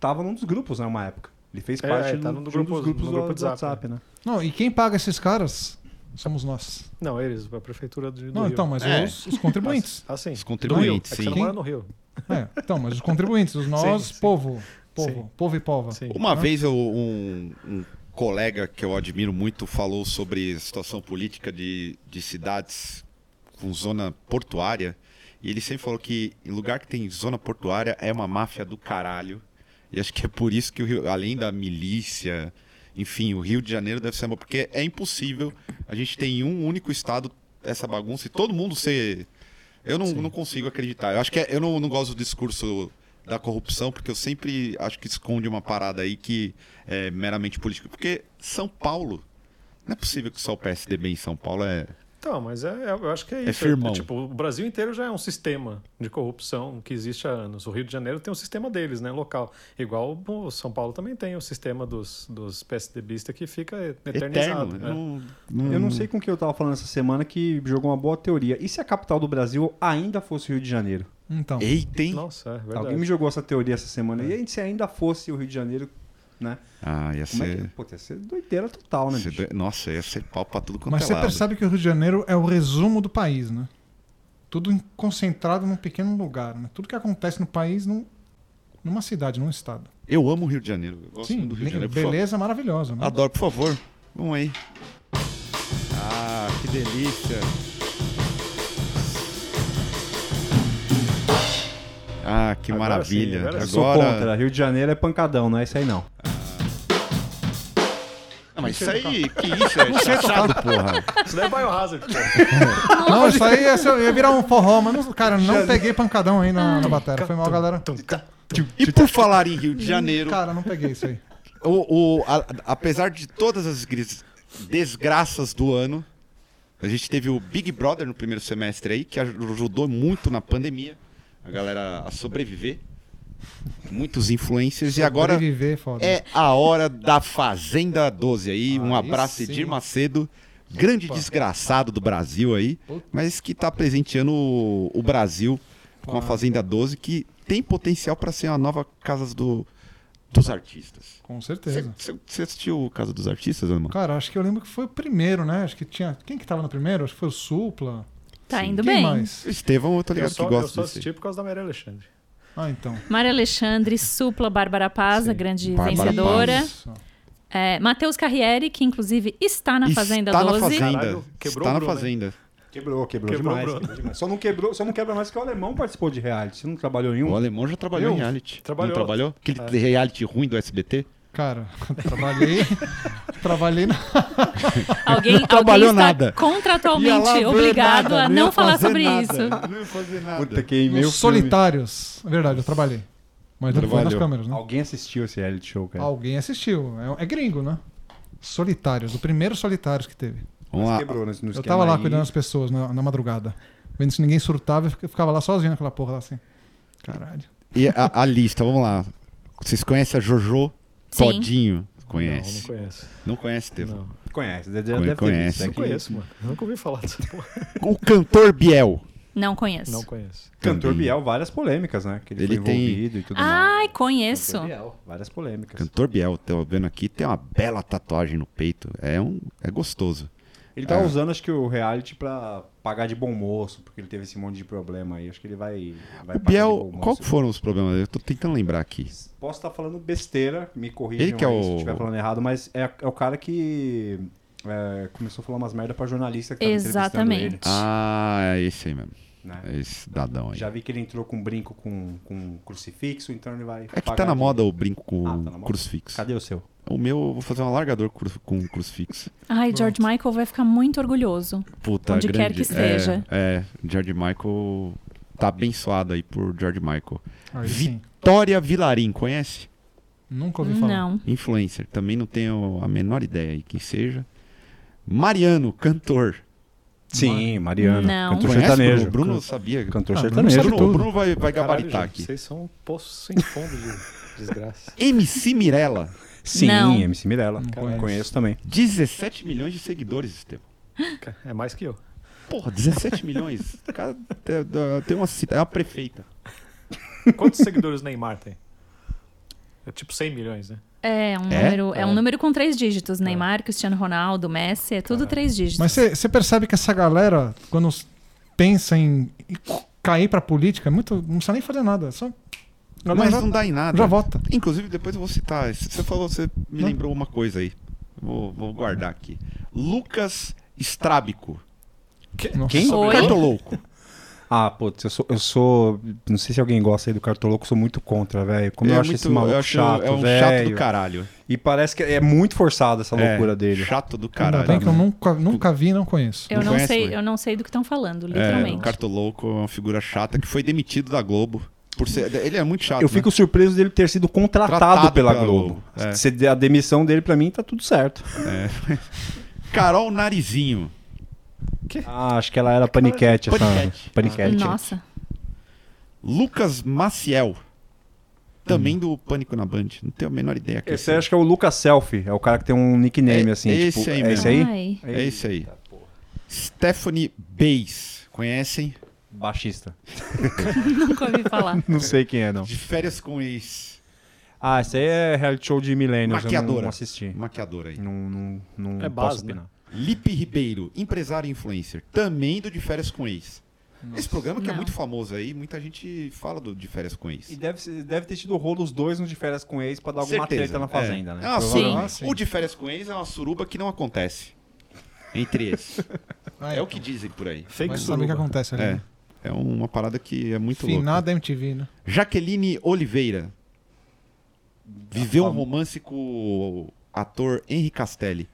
[SPEAKER 5] tava num dos grupos, né, uma época. Ele fez
[SPEAKER 6] É,
[SPEAKER 5] parte
[SPEAKER 6] tá
[SPEAKER 5] do-
[SPEAKER 6] num
[SPEAKER 5] de um
[SPEAKER 6] grupo-
[SPEAKER 5] dos grupos
[SPEAKER 6] num
[SPEAKER 5] do,
[SPEAKER 6] grupo
[SPEAKER 5] do
[SPEAKER 6] de zap,
[SPEAKER 5] WhatsApp, né?
[SPEAKER 3] Não, e quem paga esses caras somos nós.
[SPEAKER 6] Não, eles, a prefeitura de- do
[SPEAKER 3] Não,
[SPEAKER 6] Rio.
[SPEAKER 3] então, mas
[SPEAKER 2] É.
[SPEAKER 3] os, os contribuintes.
[SPEAKER 6] Ah, sim.
[SPEAKER 2] Os
[SPEAKER 6] Do Rio.
[SPEAKER 2] contribuintes,
[SPEAKER 6] É que você
[SPEAKER 2] sim.
[SPEAKER 6] não mora no Rio.
[SPEAKER 3] É, então, mas os contribuintes, os nós,
[SPEAKER 6] Sim, sim.
[SPEAKER 3] povo, povo,
[SPEAKER 6] Sim.
[SPEAKER 3] povo e pova.
[SPEAKER 6] Sim.
[SPEAKER 2] Uma vez eu- um, um colega que eu admiro muito falou sobre situação política de, de cidades com zona portuária. E ele sempre falou que em lugar que tem zona portuária é uma máfia do caralho. E acho que é por isso que, o Rio, além da milícia, enfim, o Rio de Janeiro deve ser uma. Porque é impossível a gente ter em um único estado essa bagunça e todo mundo ser. Eu não, não consigo acreditar. Eu acho que é- eu não, não gosto do discurso da corrupção, porque eu sempre acho que esconde uma parada aí que é meramente política. Porque São Paulo. Não é possível que só o PSDB em São Paulo é.
[SPEAKER 6] Então, mas é, é- eu acho que é isso.
[SPEAKER 2] firmão.
[SPEAKER 6] tipo, o Brasil inteiro já é um sistema de corrupção que existe há anos. O Rio de Janeiro tem um sistema deles, né, local. Igual o São Paulo também tem o sistema dos, dos PSDBistas que fica eternizado.
[SPEAKER 2] Eterno.
[SPEAKER 6] né?
[SPEAKER 2] Não-
[SPEAKER 3] Uhum.
[SPEAKER 5] Eu é. não sei com que eu tava falando essa semana que jogou uma boa teoria. E se a capital do Brasil ainda fosse o Rio de Janeiro?
[SPEAKER 3] Então,
[SPEAKER 2] Eita, hein?
[SPEAKER 6] Nossa, é verdade.
[SPEAKER 5] Alguém me jogou essa teoria essa semana.
[SPEAKER 3] É.
[SPEAKER 5] E aí, se ainda fosse o Rio de Janeiro, né?
[SPEAKER 2] Ah, ia
[SPEAKER 5] Como é que.
[SPEAKER 2] ser.
[SPEAKER 5] Pô, ia ser doideira total, né?
[SPEAKER 2] ser
[SPEAKER 5] bicho?
[SPEAKER 2] do- Nossa, ia ser pau pra tudo quanto
[SPEAKER 3] mas
[SPEAKER 2] é
[SPEAKER 3] você
[SPEAKER 2] lado.
[SPEAKER 3] percebe que o Rio de Janeiro é o resumo do país, né? Tudo em- concentrado num pequeno lugar, né? Tudo que acontece no país num- numa cidade, num estado.
[SPEAKER 2] Eu amo o Rio de Janeiro. Eu gosto
[SPEAKER 3] Sim,
[SPEAKER 2] muito do Rio de
[SPEAKER 3] be-
[SPEAKER 2] Janeiro. Por
[SPEAKER 3] beleza maravilhosa,
[SPEAKER 2] favor.
[SPEAKER 3] né?
[SPEAKER 2] Adoro, por favor. Vamos aí. Ah, que delícia. Ah, que
[SPEAKER 6] Agora
[SPEAKER 2] maravilha.
[SPEAKER 6] sim, agora
[SPEAKER 2] agora
[SPEAKER 6] sim.
[SPEAKER 5] Sou contra. Rio de Janeiro é pancadão, não é isso aí não.
[SPEAKER 2] Não, mas isso aí, que isso? É chachado, porra.
[SPEAKER 6] Isso daí é Biohazard,
[SPEAKER 2] (laughs)
[SPEAKER 6] pô.
[SPEAKER 3] Não, isso aí ia, ser- ia virar um forró, mas, não, cara, não peguei pancadão aí na, na bateria. Foi mal, galera.
[SPEAKER 2] E por falar em Rio de Janeiro,
[SPEAKER 3] Cara, não peguei isso aí.
[SPEAKER 2] o, o- a- apesar de todas as gris- desgraças do ano, a gente teve o Big Brother no primeiro semestre aí, que ajudou muito na pandemia a galera a sobreviver. Muitos influencers. E agora
[SPEAKER 3] Viver, foda.
[SPEAKER 2] é a hora da Fazenda 12 aí. Um
[SPEAKER 3] Aí
[SPEAKER 2] abraço,
[SPEAKER 3] sim.
[SPEAKER 2] Edir Macedo. Grande desgraçado do Brasil aí, mas que tá presenteando o, o Brasil com a
[SPEAKER 6] Ah.
[SPEAKER 2] Fazenda 12, que tem potencial para ser a nova Casa do, dos Artistas.
[SPEAKER 3] Com certeza.
[SPEAKER 2] Você assistiu o Casa dos Artistas, Ana?
[SPEAKER 3] Cara, acho que eu lembro que foi o primeiro, né? Acho que tinha. Quem que tava no primeiro? Acho que foi o Supla.
[SPEAKER 4] Tá indo
[SPEAKER 3] Quem
[SPEAKER 4] bem.
[SPEAKER 3] mais?
[SPEAKER 2] O Estevão, eu tô
[SPEAKER 6] Eu
[SPEAKER 2] ligado
[SPEAKER 6] só,
[SPEAKER 2] que
[SPEAKER 6] eu
[SPEAKER 2] gosta
[SPEAKER 6] só
[SPEAKER 2] desse.
[SPEAKER 6] assisti por causa da Maria Alexandre.
[SPEAKER 3] Ah, então.
[SPEAKER 4] Maria Alexandre, Supla, Bárbara Paz, a grande
[SPEAKER 2] Bárbara
[SPEAKER 4] vencedora.
[SPEAKER 2] Paz.
[SPEAKER 3] Isso.
[SPEAKER 4] É, Matheus Carriere, que inclusive está na Fazenda
[SPEAKER 2] Está
[SPEAKER 4] 12.
[SPEAKER 2] na Fazenda.
[SPEAKER 6] Caralho, quebrou
[SPEAKER 2] Está
[SPEAKER 6] o
[SPEAKER 2] na
[SPEAKER 6] Bruno, né?
[SPEAKER 2] Fazenda.
[SPEAKER 5] Quebrou, quebrou,
[SPEAKER 6] Quebrou,
[SPEAKER 5] demais,
[SPEAKER 6] Bruno.
[SPEAKER 5] quebrou demais. Só não quebrou, só não quebra mais que o alemão participou de reality. Você não trabalhou em
[SPEAKER 2] O
[SPEAKER 5] um?
[SPEAKER 2] alemão já trabalhou
[SPEAKER 3] Eu?
[SPEAKER 2] em reality.
[SPEAKER 6] Trabalhou. Ah.
[SPEAKER 2] Não trabalhou? Aquele reality ruim do SBT?
[SPEAKER 3] Cara, (laughs) trabalhei. trabalhei na.
[SPEAKER 4] Alguém, alguém
[SPEAKER 2] trabalhou
[SPEAKER 4] está
[SPEAKER 2] nada. Ia lá
[SPEAKER 4] contratualmente
[SPEAKER 2] ver
[SPEAKER 4] obrigado
[SPEAKER 2] nada,
[SPEAKER 4] a
[SPEAKER 2] não ia
[SPEAKER 4] não falar
[SPEAKER 2] fazer
[SPEAKER 4] sobre
[SPEAKER 2] nada.
[SPEAKER 4] isso.
[SPEAKER 2] Não ia fazer nada.
[SPEAKER 5] Puta, quem
[SPEAKER 3] Nos
[SPEAKER 5] meu
[SPEAKER 3] Solitários. É Verdade, eu trabalhei. Mas não foi nas
[SPEAKER 2] Trabalhou.
[SPEAKER 3] câmeras, né?
[SPEAKER 5] Alguém assistiu esse reality show, cara?
[SPEAKER 3] Alguém assistiu. É, é gringo, né? Solitários, o primeiro solitários que teve.
[SPEAKER 2] Vamos
[SPEAKER 5] Mas
[SPEAKER 2] lá.
[SPEAKER 5] Quebrou nesse no
[SPEAKER 3] Ah, Eu
[SPEAKER 5] esquema
[SPEAKER 3] tava lá
[SPEAKER 5] aí.
[SPEAKER 3] cuidando das pessoas na, na madrugada. Vendo se ninguém surtava, eu fica- ficava lá sozinho naquela porra lá assim. Caralho.
[SPEAKER 2] E a, a lista, vamos lá. Vocês conhecem a Jojo
[SPEAKER 4] Sim.
[SPEAKER 2] Todinho?
[SPEAKER 6] Não, não
[SPEAKER 2] Conhece.
[SPEAKER 6] conheço.
[SPEAKER 2] não conhece, Estevão.
[SPEAKER 6] Não,
[SPEAKER 5] Conhece, deve
[SPEAKER 2] Conhe-
[SPEAKER 5] deve ter
[SPEAKER 2] conhece.
[SPEAKER 5] visto, é
[SPEAKER 6] não
[SPEAKER 5] que-
[SPEAKER 6] conheço, mano. Nunca ouvi falar dessa porra.
[SPEAKER 2] O cantor Biel.
[SPEAKER 4] Não conheço.
[SPEAKER 6] Não conheço.
[SPEAKER 5] Cantor
[SPEAKER 2] Também.
[SPEAKER 5] Biel, várias polêmicas, né? Que ele,
[SPEAKER 2] Ele
[SPEAKER 5] foi
[SPEAKER 2] tem-
[SPEAKER 5] envolvido e tudo
[SPEAKER 4] Ai,
[SPEAKER 5] mais.
[SPEAKER 4] conheço.
[SPEAKER 5] Cantor Biel, várias polêmicas.
[SPEAKER 2] Cantor Biel, tô vendo aqui, tem uma bela tatuagem no peito. É, um, é gostoso.
[SPEAKER 5] Ele tá usando, acho que, o reality pra pagar de bom moço, porque ele teve esse monte de problema aí. Acho que ele vai, vai
[SPEAKER 2] O
[SPEAKER 5] pagar de
[SPEAKER 2] Biel,
[SPEAKER 5] bom moço.
[SPEAKER 2] qual que foram os problemas? Eu tô tentando lembrar aqui.
[SPEAKER 5] Posso estar falando besteira, me corrija
[SPEAKER 2] Ele que é
[SPEAKER 5] se eu
[SPEAKER 2] o-
[SPEAKER 5] estiver falando errado, mas é, é o cara que é, começou a falar umas merda pra jornalista que tava
[SPEAKER 4] Exatamente.
[SPEAKER 5] entrevistando ele.
[SPEAKER 2] Ah, é esse aí mesmo.
[SPEAKER 5] né?
[SPEAKER 2] É esse dadão aí.
[SPEAKER 5] Já vi que ele entrou com um brinco com, com crucifixo, então ele vai.
[SPEAKER 2] É que tá
[SPEAKER 5] pagar
[SPEAKER 2] na
[SPEAKER 5] de-
[SPEAKER 2] moda o brinco com
[SPEAKER 5] Ah, tá na moda?
[SPEAKER 2] crucifixo.
[SPEAKER 5] Cadê o seu?
[SPEAKER 2] O meu, eu vou fazer um alargador cru- com crucifixo.
[SPEAKER 4] Ai, George Michael vai ficar muito orgulhoso.
[SPEAKER 2] Puta,
[SPEAKER 4] Onde
[SPEAKER 2] grande.
[SPEAKER 4] quer que esteja.
[SPEAKER 2] É, é, George Michael tá abençoado aí por George Michael.
[SPEAKER 3] Aí
[SPEAKER 2] Vi-
[SPEAKER 3] sim.
[SPEAKER 2] Tória Vilarim, conhece?
[SPEAKER 3] Nunca ouvi falar.
[SPEAKER 4] Não.
[SPEAKER 2] Influencer, também não tenho a menor ideia aí quem seja. Mariano, cantor.
[SPEAKER 5] Sim, Mariana.
[SPEAKER 4] Não.
[SPEAKER 5] Cantor
[SPEAKER 2] Conhece,
[SPEAKER 5] sertanejo.
[SPEAKER 2] Bruno? Bruno sabia.
[SPEAKER 5] Cantor
[SPEAKER 3] Ah,
[SPEAKER 5] sertanejo.
[SPEAKER 2] Bruno,
[SPEAKER 3] tudo.
[SPEAKER 2] Bruno vai, vai
[SPEAKER 6] Caralho,
[SPEAKER 2] gabaritar
[SPEAKER 6] gente,
[SPEAKER 2] aqui.
[SPEAKER 6] Vocês são um poço sem fundo de (laughs) desgraça.
[SPEAKER 2] MC Mirella,
[SPEAKER 5] Sim,
[SPEAKER 4] Não.
[SPEAKER 5] MC Mirella.
[SPEAKER 3] Não
[SPEAKER 5] Cara,
[SPEAKER 3] conheço.
[SPEAKER 5] Conheço também.
[SPEAKER 2] 17 milhões de seguidores, Estevam.
[SPEAKER 6] É mais que eu.
[SPEAKER 2] Porra, 17 milhões? Cara, tem- tem uma, cita- é uma prefeita.
[SPEAKER 6] Quantos seguidores o Neymar tem? É tipo 100 milhões, né?
[SPEAKER 4] É um,
[SPEAKER 2] É?
[SPEAKER 4] Número, é um número com três dígitos. Neymar, Cristiano Ronaldo, Messi, é tudo três dígitos.
[SPEAKER 3] Mas você percebe que essa galera, quando s- pensa em em cair pra política, é muito, não precisa nem fazer nada. é Só,
[SPEAKER 2] Mas
[SPEAKER 3] já,
[SPEAKER 2] não dá em nada.
[SPEAKER 3] já vota.
[SPEAKER 2] Inclusive, depois eu vou citar. esse- Você falou, você me
[SPEAKER 3] Não.
[SPEAKER 2] lembrou uma coisa aí. Vou, vou guardar aqui. Lucas Strábico.
[SPEAKER 3] Nossa.
[SPEAKER 5] Quem?
[SPEAKER 4] Oi?
[SPEAKER 2] Cartolouco.
[SPEAKER 5] Ah, putz, eu sou, eu sou. Não sei se alguém gosta aí do Cartoloco, sou muito contra, velho. Como eu acho esse maluco
[SPEAKER 2] É eu acho-
[SPEAKER 5] chato,
[SPEAKER 2] É um chato do
[SPEAKER 5] velho.
[SPEAKER 2] caralho.
[SPEAKER 5] E parece que é muito forçada essa loucura
[SPEAKER 2] É,
[SPEAKER 5] dele.
[SPEAKER 2] Chato do
[SPEAKER 3] Ainda
[SPEAKER 2] caralho.
[SPEAKER 3] bem que
[SPEAKER 5] um-
[SPEAKER 3] eu nunca, nunca vi e não conheço.
[SPEAKER 4] eu
[SPEAKER 2] não
[SPEAKER 4] não,
[SPEAKER 2] conhece,
[SPEAKER 4] sei,
[SPEAKER 2] mãe?
[SPEAKER 4] eu não sei do que estão falando,
[SPEAKER 2] É,
[SPEAKER 4] literalmente.
[SPEAKER 2] o Cartolouco é uma figura chata que foi demitido da Globo. Por ser, ele é muito chato.
[SPEAKER 5] Eu fico surpreso dele ter sido contratado
[SPEAKER 2] Tratado
[SPEAKER 5] né? pela,
[SPEAKER 2] pela
[SPEAKER 5] Globo.
[SPEAKER 2] Globo, é.
[SPEAKER 5] Se der a demissão dele, pra mim, tá tudo certo.
[SPEAKER 2] né? Carol Narizinho.
[SPEAKER 5] Ah, acho que ela era paniquete, essa.
[SPEAKER 2] Paniquete.
[SPEAKER 5] Paniquete.
[SPEAKER 4] Nossa.
[SPEAKER 2] Lucas Maciel. Também do Pânico na Band. Não tenho a menor ideia. quem
[SPEAKER 5] Hum. Esse
[SPEAKER 2] seja.
[SPEAKER 5] aí acho que é o Lucas Selfie, é o cara que tem um
[SPEAKER 2] É
[SPEAKER 5] nickname assim.
[SPEAKER 2] esse
[SPEAKER 5] tipo,
[SPEAKER 2] aí
[SPEAKER 5] é
[SPEAKER 2] mesmo.
[SPEAKER 5] esse aí?
[SPEAKER 4] Ai.
[SPEAKER 2] É esse aí. Stephanie Bays. Conhecem?
[SPEAKER 5] Baixista. (laughs)
[SPEAKER 4] Nunca ouvi falar.
[SPEAKER 5] Não sei quem é, não.
[SPEAKER 2] De férias com ex.
[SPEAKER 5] Ah, esse aí é reality show de millennials, eu não-
[SPEAKER 2] Maquiadora.
[SPEAKER 5] não assisti.
[SPEAKER 2] Maquiadora aí.
[SPEAKER 5] Não, não, não
[SPEAKER 6] É
[SPEAKER 5] posso
[SPEAKER 6] base, né?
[SPEAKER 5] opinar.
[SPEAKER 2] Lipe Ribeiro, empresário e influencer. Também do De Férias com Ex. Esse programa que é
[SPEAKER 4] Não.
[SPEAKER 2] muito famoso aí, muita gente fala do De Férias com Ex.
[SPEAKER 5] E deve, ser- deve ter tido rolo os dois no de férias com ex pra dar alguma
[SPEAKER 2] Certeza.
[SPEAKER 5] treta na fazenda,
[SPEAKER 2] é.
[SPEAKER 5] né?
[SPEAKER 2] É uma
[SPEAKER 4] Provavelmente.
[SPEAKER 2] suruba. O De Férias com Ex é uma suruba que não acontece. Entre esses.
[SPEAKER 3] Ah,
[SPEAKER 2] é o
[SPEAKER 3] então.
[SPEAKER 2] que dizem por aí.
[SPEAKER 6] Fake
[SPEAKER 3] Vai saber o que
[SPEAKER 6] suruba.
[SPEAKER 3] acontece ali.
[SPEAKER 2] É.
[SPEAKER 3] né?
[SPEAKER 2] É uma parada que é muito louca.
[SPEAKER 3] Finada MTV, né?
[SPEAKER 2] Jaqueline Oliveira. Viveu um romance com o ator Henri Castelli.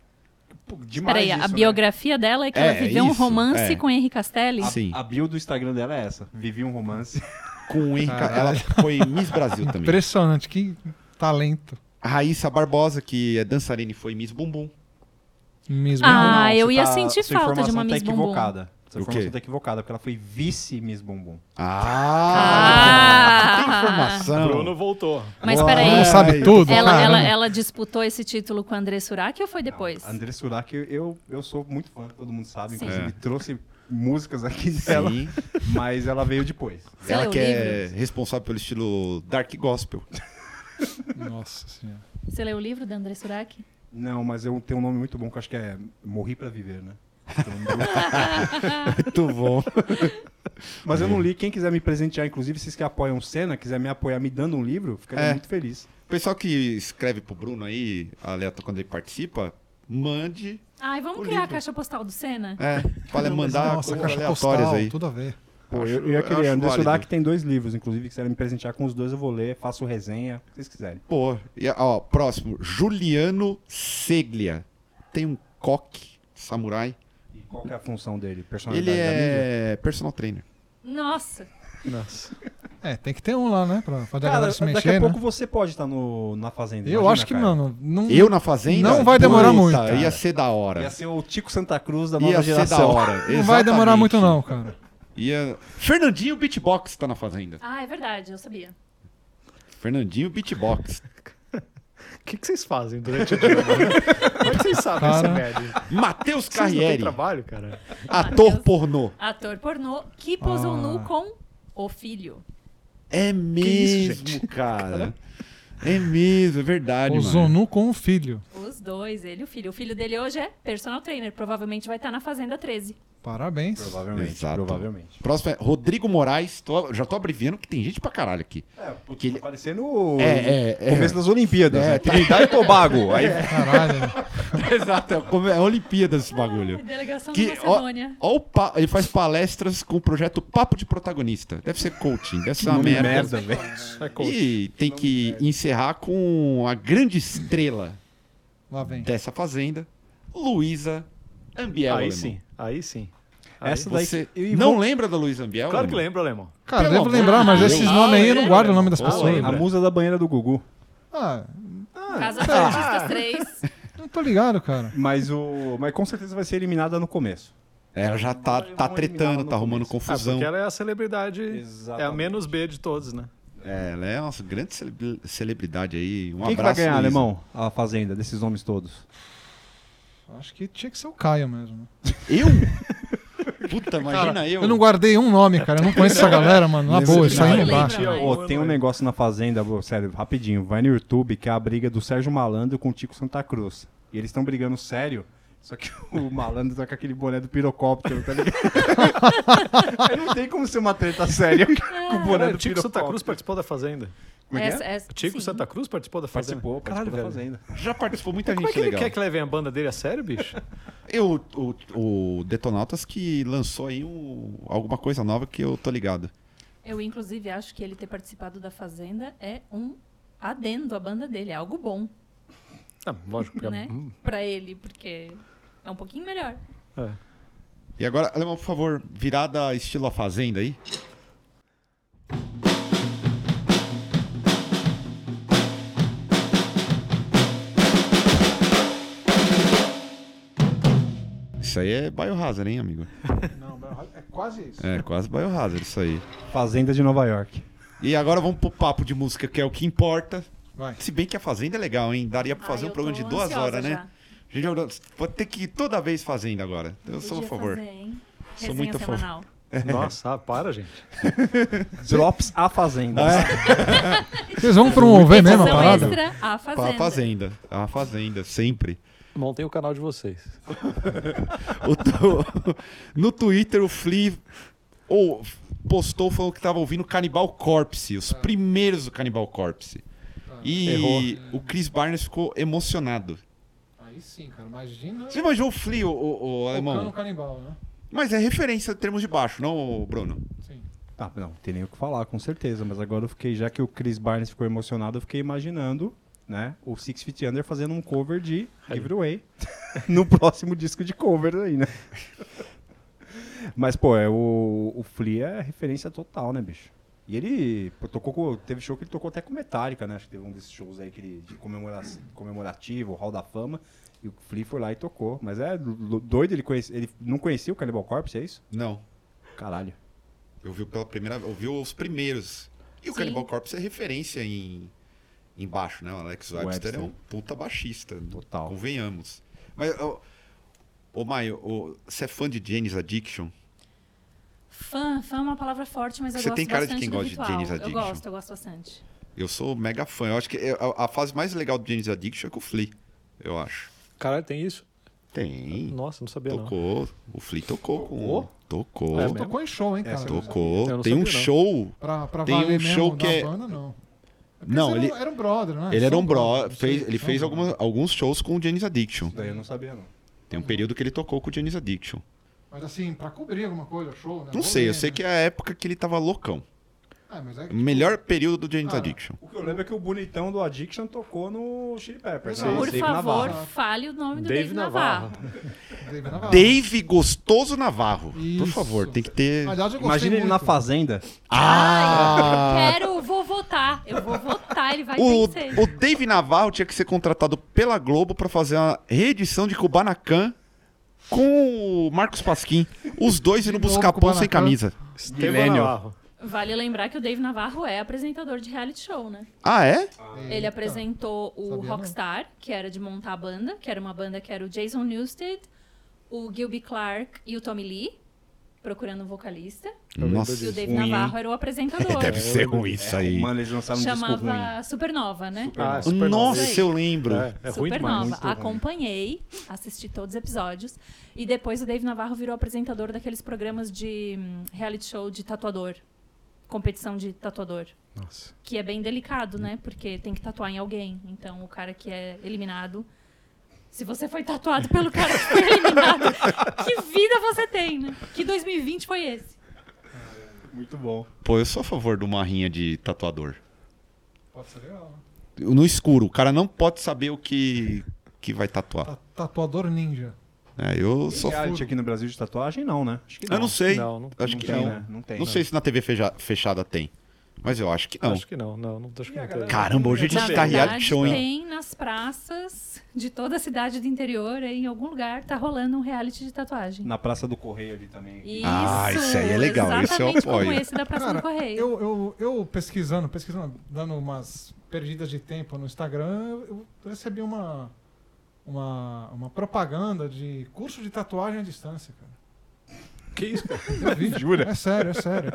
[SPEAKER 5] Pô, demais
[SPEAKER 4] Peraí, a
[SPEAKER 5] isso, né?
[SPEAKER 4] biografia dela é que
[SPEAKER 2] É,
[SPEAKER 4] ela viveu um
[SPEAKER 2] isso,
[SPEAKER 4] romance
[SPEAKER 2] é.
[SPEAKER 4] com Henri Castelli?
[SPEAKER 5] A,
[SPEAKER 2] Sim.
[SPEAKER 5] a bio do Instagram dela é essa. Vivi um romance.
[SPEAKER 2] Com o Henri Ca- Ela foi Miss Brasil também.
[SPEAKER 3] Impressionante, que talento.
[SPEAKER 2] A Raíssa Barbosa, que é dançarina e foi Miss Bumbum.
[SPEAKER 3] Mesmo.
[SPEAKER 4] Ah, eu
[SPEAKER 5] você tá-
[SPEAKER 4] ia sentir
[SPEAKER 5] sua
[SPEAKER 4] falta de
[SPEAKER 5] informação
[SPEAKER 4] uma Miss
[SPEAKER 5] tá
[SPEAKER 4] Bumbum.
[SPEAKER 5] equivocada. Sua
[SPEAKER 2] O quê?
[SPEAKER 5] informação tá equivocada, porque ela foi vice Miss Bumbum.
[SPEAKER 2] Ah!
[SPEAKER 4] Ah!
[SPEAKER 2] Tem informação.
[SPEAKER 6] Bruno voltou.
[SPEAKER 4] Mas
[SPEAKER 2] Uau.
[SPEAKER 4] peraí.
[SPEAKER 3] Ela sabe
[SPEAKER 2] Ai,
[SPEAKER 3] tudo?
[SPEAKER 4] é. Ela, ela,
[SPEAKER 3] Caramba.
[SPEAKER 4] ela disputou esse título com o André Surak ou foi depois?
[SPEAKER 5] André Surak, eu, eu, eu sou muito fã, todo mundo sabe.
[SPEAKER 4] Sim.
[SPEAKER 5] Inclusive, trouxe músicas aqui dela,
[SPEAKER 2] Sim.
[SPEAKER 5] mas ela veio depois.
[SPEAKER 4] Você
[SPEAKER 2] Ela
[SPEAKER 4] leu
[SPEAKER 2] que
[SPEAKER 4] o
[SPEAKER 2] é
[SPEAKER 4] livro?
[SPEAKER 2] responsável pelo estilo Dark Gospel.
[SPEAKER 3] Nossa senhora.
[SPEAKER 4] Você leu o livro da André Surak?
[SPEAKER 5] Não, mas eu tenho um nome muito bom que eu acho que é Morri Pra
[SPEAKER 4] (laughs)
[SPEAKER 5] Viver, né? Então,
[SPEAKER 2] Muito bom.
[SPEAKER 5] Mas eu não li. Quem quiser me presentear, inclusive, vocês que apoiam o Senna, quiser me apoiar me dando um livro, eu ficaria
[SPEAKER 2] É.
[SPEAKER 5] muito feliz.
[SPEAKER 2] O pessoal que escreve pro Bruno aí, aleatório quando ele participa, mande.
[SPEAKER 4] Ai, vamos
[SPEAKER 2] O
[SPEAKER 4] criar
[SPEAKER 2] livro.
[SPEAKER 4] a caixa postal do Senna?
[SPEAKER 2] É, fala, mandar
[SPEAKER 3] Nossa,
[SPEAKER 2] coisas
[SPEAKER 3] caixa
[SPEAKER 2] aleatórias
[SPEAKER 3] postal,
[SPEAKER 2] aí.
[SPEAKER 3] tudo a ver.
[SPEAKER 5] Pô,
[SPEAKER 2] Acho-
[SPEAKER 5] eu, eu ia
[SPEAKER 2] acho
[SPEAKER 5] querer. André
[SPEAKER 2] válido.
[SPEAKER 5] Sudak tem dois livros, inclusive, que quiserem me presentear com os dois, eu vou ler, faço resenha, o que vocês quiserem.
[SPEAKER 2] Pô, e, ó, próximo. Juliano Seglia. Tem um coque samurai.
[SPEAKER 5] E qual que é a função dele?
[SPEAKER 2] Ele
[SPEAKER 3] Tá,
[SPEAKER 5] Personalidade da mídia?
[SPEAKER 2] é personal trainer.
[SPEAKER 4] Nossa!
[SPEAKER 6] Nossa.
[SPEAKER 3] É, tem que ter um lá, né? Pra fazer a
[SPEAKER 5] Cara,
[SPEAKER 3] galera se
[SPEAKER 5] daqui
[SPEAKER 3] mexer,
[SPEAKER 5] a
[SPEAKER 3] né?
[SPEAKER 5] pouco você pode estar no, na Fazenda.
[SPEAKER 3] Eu
[SPEAKER 5] imagina,
[SPEAKER 3] acho que,
[SPEAKER 5] cara.
[SPEAKER 3] mano, não.
[SPEAKER 2] Eu na fazenda?
[SPEAKER 3] Não vai demorar
[SPEAKER 2] Puta,
[SPEAKER 3] muito, cara.
[SPEAKER 2] Ia ser da hora.
[SPEAKER 5] Ia ser o Tico Santa Cruz da nova
[SPEAKER 2] Ia ser
[SPEAKER 5] geração.
[SPEAKER 2] da hora.
[SPEAKER 3] Não vai demorar
[SPEAKER 2] exatamente.
[SPEAKER 3] muito, não, cara.
[SPEAKER 2] Ia... Fernandinho Beatbox tá na fazenda.
[SPEAKER 4] Ah, é verdade, eu sabia.
[SPEAKER 2] Fernandinho Beatbox.
[SPEAKER 6] O que, que vocês fazem durante o dia? mano? Como é que vocês sabem essa
[SPEAKER 3] Cara.
[SPEAKER 6] merda? Vocês
[SPEAKER 2] Matheus
[SPEAKER 6] não têm
[SPEAKER 2] Carrieri,
[SPEAKER 6] trabalho, cara?
[SPEAKER 2] ator
[SPEAKER 4] Matheus.
[SPEAKER 2] pornô.
[SPEAKER 4] Ator pornô que posou
[SPEAKER 3] Ah.
[SPEAKER 4] nu com o filho.
[SPEAKER 2] É
[SPEAKER 6] isso,
[SPEAKER 2] mesmo, cara. É mesmo, é verdade,
[SPEAKER 3] O
[SPEAKER 2] mano.
[SPEAKER 3] Zonu com o filho.
[SPEAKER 4] Os dois, ele e o filho. O filho dele hoje é personal trainer. Provavelmente vai estar tá na Fazenda 13.
[SPEAKER 3] Parabéns.
[SPEAKER 5] Provavelmente.
[SPEAKER 2] Exato.
[SPEAKER 5] Provavelmente.
[SPEAKER 2] Próximo é Rodrigo Moraes. Tô- já tô abreviando que tem gente pra caralho aqui.
[SPEAKER 5] É,
[SPEAKER 2] porque
[SPEAKER 5] porque
[SPEAKER 2] ele-
[SPEAKER 5] ele... parecendo
[SPEAKER 2] É, é, é.
[SPEAKER 5] começo das Olimpíadas.
[SPEAKER 2] É,
[SPEAKER 5] né?
[SPEAKER 2] tá-
[SPEAKER 5] Trinidade e
[SPEAKER 2] (laughs)
[SPEAKER 5] Tobago. Aí
[SPEAKER 3] Caralho.
[SPEAKER 2] Exato, é, como é Olimpíadas esse bagulho.
[SPEAKER 4] Ah, Delegação
[SPEAKER 2] Que,
[SPEAKER 4] da
[SPEAKER 2] ó,
[SPEAKER 4] Macedônia.
[SPEAKER 2] ó o pa- ele faz palestras com o projeto Papo de Protagonista. Deve ser coaching, deve ser uma
[SPEAKER 5] nome
[SPEAKER 2] merda.
[SPEAKER 5] merda, velho.
[SPEAKER 6] É coach.
[SPEAKER 2] E tem que encerrar com a grande estrela
[SPEAKER 3] Lá vem.
[SPEAKER 2] dessa fazenda, Luísa Ambiel.
[SPEAKER 6] Aí
[SPEAKER 2] Alemão.
[SPEAKER 6] sim, aí sim. Aí-
[SPEAKER 5] Essa daí.
[SPEAKER 2] Você não
[SPEAKER 5] e
[SPEAKER 2] é
[SPEAKER 5] vamos-
[SPEAKER 2] lembra da Luísa Ambiel?
[SPEAKER 6] Claro que
[SPEAKER 2] Alemão?
[SPEAKER 6] lembro, Alemão.
[SPEAKER 3] Cara,
[SPEAKER 2] Pelo
[SPEAKER 3] devo
[SPEAKER 2] amor
[SPEAKER 3] lembrar,
[SPEAKER 2] de
[SPEAKER 3] mas
[SPEAKER 2] Deus.
[SPEAKER 3] esses nomes aí eu não é guardo o nome das
[SPEAKER 6] Ah,
[SPEAKER 3] pessoas.
[SPEAKER 5] A
[SPEAKER 6] lembra.
[SPEAKER 5] musa da banheira do Gugu.
[SPEAKER 3] Ah,
[SPEAKER 4] Casa dos Artistas 3.
[SPEAKER 2] (laughs)
[SPEAKER 3] não tô ligado, cara.
[SPEAKER 5] Mas, o... Mas com certeza vai ser eliminada no começo.
[SPEAKER 2] Ela já tá,
[SPEAKER 5] Vamos
[SPEAKER 2] tá
[SPEAKER 5] eliminar
[SPEAKER 2] tretando,
[SPEAKER 5] no
[SPEAKER 2] tá arrumando
[SPEAKER 5] começo.
[SPEAKER 6] Ah,
[SPEAKER 2] confusão.
[SPEAKER 6] porque ela é a celebridade. É a
[SPEAKER 5] Exatamente.
[SPEAKER 6] menos B de todos, né?
[SPEAKER 2] É, ela é uma grande cele- celebridade aí. Um
[SPEAKER 5] Quem que vai
[SPEAKER 2] abraço.
[SPEAKER 5] ganhar,
[SPEAKER 2] Luísa.
[SPEAKER 5] alemão? A Fazenda, desses nomes todos.
[SPEAKER 3] Acho que tinha que ser o Caio mesmo.
[SPEAKER 2] Eu? Puta, imagina eu.
[SPEAKER 3] Eu não guardei um nome, cara. Eu não conheço essa galera, mano. Na
[SPEAKER 5] Lembra-
[SPEAKER 3] boa, isso
[SPEAKER 2] é
[SPEAKER 3] aí é não
[SPEAKER 4] Lembra,
[SPEAKER 3] dá.
[SPEAKER 4] lembra. Ai.
[SPEAKER 5] Ô, tem um negócio na Fazenda, ô, sério, rapidinho. Vai no YouTube, que é a briga do Sérgio Malandro com o Tico Santa Cruz. E eles estão brigando sério, só que (laughs) o Malandro tá com aquele boné do pirocóptero, tá ligado? (laughs) Aí não tem como ser uma treta séria (laughs) com o boné
[SPEAKER 6] Caralho,
[SPEAKER 5] do
[SPEAKER 6] o Tico
[SPEAKER 5] pirocóptero.
[SPEAKER 6] Santa Cruz participou da Fazenda.
[SPEAKER 5] Como é que é?
[SPEAKER 6] O Tico Santa Cruz participou da Fazenda.
[SPEAKER 5] Participou, participou da
[SPEAKER 6] Caralho, velho.
[SPEAKER 5] Fazenda.
[SPEAKER 2] Já participou muita
[SPEAKER 6] Como é
[SPEAKER 2] gente
[SPEAKER 6] que ele
[SPEAKER 2] legal.
[SPEAKER 6] quer que levem a banda dele a sério, bicho? (laughs)
[SPEAKER 2] Eu, o, o Detonautas que lançou aí um- alguma coisa nova que eu tô ligado.
[SPEAKER 4] Eu, inclusive, acho que ele ter participado da Fazenda é um adendo à banda dele. É algo bom,
[SPEAKER 6] Ah, lógico. porque-
[SPEAKER 4] né?
[SPEAKER 6] Hum,
[SPEAKER 4] Pra ele, porque é um pouquinho melhor.
[SPEAKER 6] é.
[SPEAKER 2] E agora, Alemão, por favor, virada estilo A Fazenda aí. Isso aí é Biohazard, hein, amigo?
[SPEAKER 3] Não, é quase isso.
[SPEAKER 2] É, quase Biohazard isso aí.
[SPEAKER 5] Fazenda de Nova York.
[SPEAKER 2] E agora vamos pro papo de música, que é o que importa.
[SPEAKER 3] Vai.
[SPEAKER 2] Se bem que a Fazenda é legal, hein? Daria pra fazer
[SPEAKER 4] Ai,
[SPEAKER 2] um
[SPEAKER 4] eu
[SPEAKER 2] programa de
[SPEAKER 4] tô
[SPEAKER 2] duas
[SPEAKER 4] ansiosa
[SPEAKER 2] horas, né?
[SPEAKER 4] já.
[SPEAKER 2] Gente, eu vou ter que ir toda vez Fazenda agora. Eu sou a
[SPEAKER 4] Podia
[SPEAKER 2] favor.
[SPEAKER 4] fazer, hein?
[SPEAKER 2] Sou
[SPEAKER 4] Resenha
[SPEAKER 2] muito a favor.
[SPEAKER 4] semanal.
[SPEAKER 6] (laughs) Nossa, ah, para, gente.
[SPEAKER 5] Drops a Fazenda.
[SPEAKER 3] Vocês vão promover mesmo a
[SPEAKER 2] é
[SPEAKER 4] Edição
[SPEAKER 3] parada?
[SPEAKER 4] extra à
[SPEAKER 2] Pra
[SPEAKER 4] Fazenda.
[SPEAKER 2] É Fazenda. A Fazenda, sempre.
[SPEAKER 6] Montem o canal de vocês.
[SPEAKER 2] (laughs) O tu- No Twitter, o Flea ou, postou falou que tava ouvindo Canibal Corpse, os primeiros do Canibal Corpse. E
[SPEAKER 6] Errou.
[SPEAKER 2] o Chris Barnes ficou emocionado.
[SPEAKER 3] Aí sim, cara. Imagina
[SPEAKER 2] Você imaginou o Flea, o, o- o alemão?
[SPEAKER 3] canibal, né?
[SPEAKER 2] Mas é referência em termos de baixo, não, Bruno?
[SPEAKER 3] Sim.
[SPEAKER 5] Ah, não, tem nem o que falar, com certeza. Mas agora eu fiquei, já que o Chris Barnes ficou emocionado, eu fiquei imaginando, né, o Six Feet Under fazendo um cover de Give It Away (laughs) no próximo disco de cover aí, né? (laughs) Mas, pô, é, o, o Flea é referência total, né, bicho? E ele pô, tocou com- teve show que ele tocou até com Metallica, né? Acho que teve um desses shows aí que ele, de comemora- comemorativo, Hall da Fama. E o Flea foi lá e tocou. Mas é do- doido, ele, conhece, ele não conhecia o Cannibal Corpse, é isso?
[SPEAKER 2] Não.
[SPEAKER 5] Caralho.
[SPEAKER 2] Eu vi pela primeira eu vi os primeiros. E o
[SPEAKER 4] Sim.
[SPEAKER 2] Cannibal Corpse é referência em, em baixo, né? O Alex Webster,
[SPEAKER 5] Webster.
[SPEAKER 2] é um puta baixista.
[SPEAKER 5] Total.
[SPEAKER 2] Convenhamos. Mas, ô, ô Maio, ô, você é fã de Janis Addiction?
[SPEAKER 4] Fã, fã é uma palavra forte, mas eu
[SPEAKER 2] Você
[SPEAKER 4] gosto
[SPEAKER 2] tem cara de
[SPEAKER 4] bastante
[SPEAKER 2] quem
[SPEAKER 4] do
[SPEAKER 2] gosta de
[SPEAKER 4] ritual.
[SPEAKER 2] Janis
[SPEAKER 4] Eu
[SPEAKER 2] Addiction.
[SPEAKER 4] gosto, eu gosto bastante.
[SPEAKER 2] Eu sou mega fã. Eu acho que é- a, a fase mais legal do Janis Addiction é com o Flea, eu acho.
[SPEAKER 6] Caralho, tem isso?
[SPEAKER 2] Tem.
[SPEAKER 6] Nossa, não sabia não.
[SPEAKER 2] Tocou. O Flea tocou com. Tocou.
[SPEAKER 6] É
[SPEAKER 3] Você tocou em show, hein, cara?
[SPEAKER 5] Essa
[SPEAKER 6] Eu
[SPEAKER 2] Tocou.
[SPEAKER 6] não
[SPEAKER 2] Tem um
[SPEAKER 6] sabia, não.
[SPEAKER 2] show.
[SPEAKER 3] Pra, pra
[SPEAKER 2] Tem
[SPEAKER 3] valer
[SPEAKER 2] um
[SPEAKER 3] mesmo
[SPEAKER 2] show
[SPEAKER 3] da
[SPEAKER 2] que é-
[SPEAKER 3] banda, não. É porque
[SPEAKER 2] Não,
[SPEAKER 3] você
[SPEAKER 2] ele-
[SPEAKER 3] Era um brother, né?
[SPEAKER 2] Ele era
[SPEAKER 3] São
[SPEAKER 2] um bro.
[SPEAKER 3] brother,
[SPEAKER 2] fez-
[SPEAKER 3] sim,
[SPEAKER 2] ele
[SPEAKER 3] são
[SPEAKER 2] fez
[SPEAKER 3] brother.
[SPEAKER 2] algumas- alguns shows com o Janis Addiction.
[SPEAKER 5] Daí eu não sabia, não.
[SPEAKER 2] Tem um período que ele tocou com o Janis Addiction.
[SPEAKER 3] Mas assim, pra cobrir alguma coisa, show, né?
[SPEAKER 2] Não sei, eu sei que Hum. é a época que ele tava loucão.
[SPEAKER 3] Ah, mas é que...
[SPEAKER 2] Melhor período do James
[SPEAKER 3] Ah,
[SPEAKER 2] Addiction.
[SPEAKER 5] O que eu lembro é que o bonitão do Addiction tocou no Chili Peppers.
[SPEAKER 3] Sim,
[SPEAKER 5] né?
[SPEAKER 4] Por
[SPEAKER 5] Dave
[SPEAKER 4] favor,
[SPEAKER 5] Navarro.
[SPEAKER 4] fale o nome do
[SPEAKER 6] Dave
[SPEAKER 4] Dave,
[SPEAKER 6] Navarro.
[SPEAKER 4] Navarro.
[SPEAKER 3] Dave Navarro.
[SPEAKER 2] Dave Gostoso Navarro. Por
[SPEAKER 3] tá. Isso.
[SPEAKER 2] favor, tem que ter.
[SPEAKER 3] Aliás, eu gostei
[SPEAKER 5] Imagina ele
[SPEAKER 3] muito.
[SPEAKER 5] na Fazenda.
[SPEAKER 2] Ah!
[SPEAKER 4] Quero, vou votar. Eu vou votar, ele vai
[SPEAKER 2] O,
[SPEAKER 4] vencer.
[SPEAKER 2] o Dave Navarro tinha que ser contratado pela Globo pra fazer uma reedição de Kubanacan com o Marcos Pasquim. Os dois indo
[SPEAKER 3] novo,
[SPEAKER 2] buscar pão sem
[SPEAKER 3] Kubanacan.
[SPEAKER 2] camisa.
[SPEAKER 6] Esteban
[SPEAKER 5] Millennial.
[SPEAKER 6] Navarro.
[SPEAKER 4] Vale lembrar que o Dave Navarro é apresentador de reality show, né?
[SPEAKER 2] Ah, é?
[SPEAKER 4] Ele apresentou o
[SPEAKER 3] Sabia não.
[SPEAKER 4] Rockstar, que era de montar a banda, que era uma banda que era o Jason Newsted, o Gilby Clark e o Tommy Lee, procurando um vocalista. E
[SPEAKER 2] Nossa,
[SPEAKER 4] o Dave
[SPEAKER 2] ruim,
[SPEAKER 4] Navarro
[SPEAKER 2] hein?
[SPEAKER 4] era o
[SPEAKER 2] (laughs)
[SPEAKER 4] apresentador.
[SPEAKER 2] Deve tá ser ruim isso aí.
[SPEAKER 5] Mano, é eles lançaram um disco ruim.
[SPEAKER 4] Chamava Supernova, né?
[SPEAKER 6] Ah, Supernova.
[SPEAKER 2] Nossa, eu lembro.
[SPEAKER 6] É, é ruim demais.
[SPEAKER 4] Supernova.
[SPEAKER 5] muito ruim.
[SPEAKER 4] Acompanhei, assisti todos os episódios. E depois o Dave Navarro virou apresentador daqueles programas de hum, reality show de tatuador. Competição de tatuador.
[SPEAKER 6] Nossa.
[SPEAKER 4] Que é bem delicado, né? Porque tem que tatuar em alguém. Então o cara que é eliminado. Se você foi tatuado pelo cara que foi eliminado, que vida você tem, né? Que 2020 foi esse?
[SPEAKER 5] é Muito bom.
[SPEAKER 2] Pô, eu sou a favor de uma rinha de tatuador.
[SPEAKER 3] Pode ser legal, né?
[SPEAKER 2] No escuro, o cara não pode saber o que, que vai tatuar.
[SPEAKER 3] Ta- é um Tatuador ninja.
[SPEAKER 2] É, eu sou.
[SPEAKER 5] Só reality aqui no Brasil de tatuagem, não, né? Acho que
[SPEAKER 2] Eu não sei.
[SPEAKER 6] Não, não-
[SPEAKER 2] acho
[SPEAKER 5] não
[SPEAKER 2] que
[SPEAKER 5] tem,
[SPEAKER 2] não.
[SPEAKER 5] né? Não tem.
[SPEAKER 2] Não sei se na TV feja- fechada tem. Mas eu acho que não.
[SPEAKER 6] Acho que não, não, não acho que não teve.
[SPEAKER 2] Caramba, hoje a
[SPEAKER 4] Na
[SPEAKER 2] gente tá
[SPEAKER 4] verdade,
[SPEAKER 2] reality show, hein?
[SPEAKER 4] Tem nas praças de toda a cidade do interior, em algum lugar, tá rolando um reality de tatuagem.
[SPEAKER 5] Na Praça do Correio ali também.
[SPEAKER 4] Isso,
[SPEAKER 2] Ah, esse aí é legal, esse eu
[SPEAKER 4] exatamente
[SPEAKER 2] apoio.
[SPEAKER 4] como esse da Praça do
[SPEAKER 3] Cara,
[SPEAKER 4] Correio.
[SPEAKER 3] eu, eu, eu pesquisando, pesquisando, dando umas perdidas de tempo no Instagram, eu eu recebi uma, uma, uma propaganda de curso de tatuagem à distância, cara.
[SPEAKER 6] Que isso, cara?
[SPEAKER 3] Eu vi.
[SPEAKER 5] Jura?
[SPEAKER 3] É sério, é sério.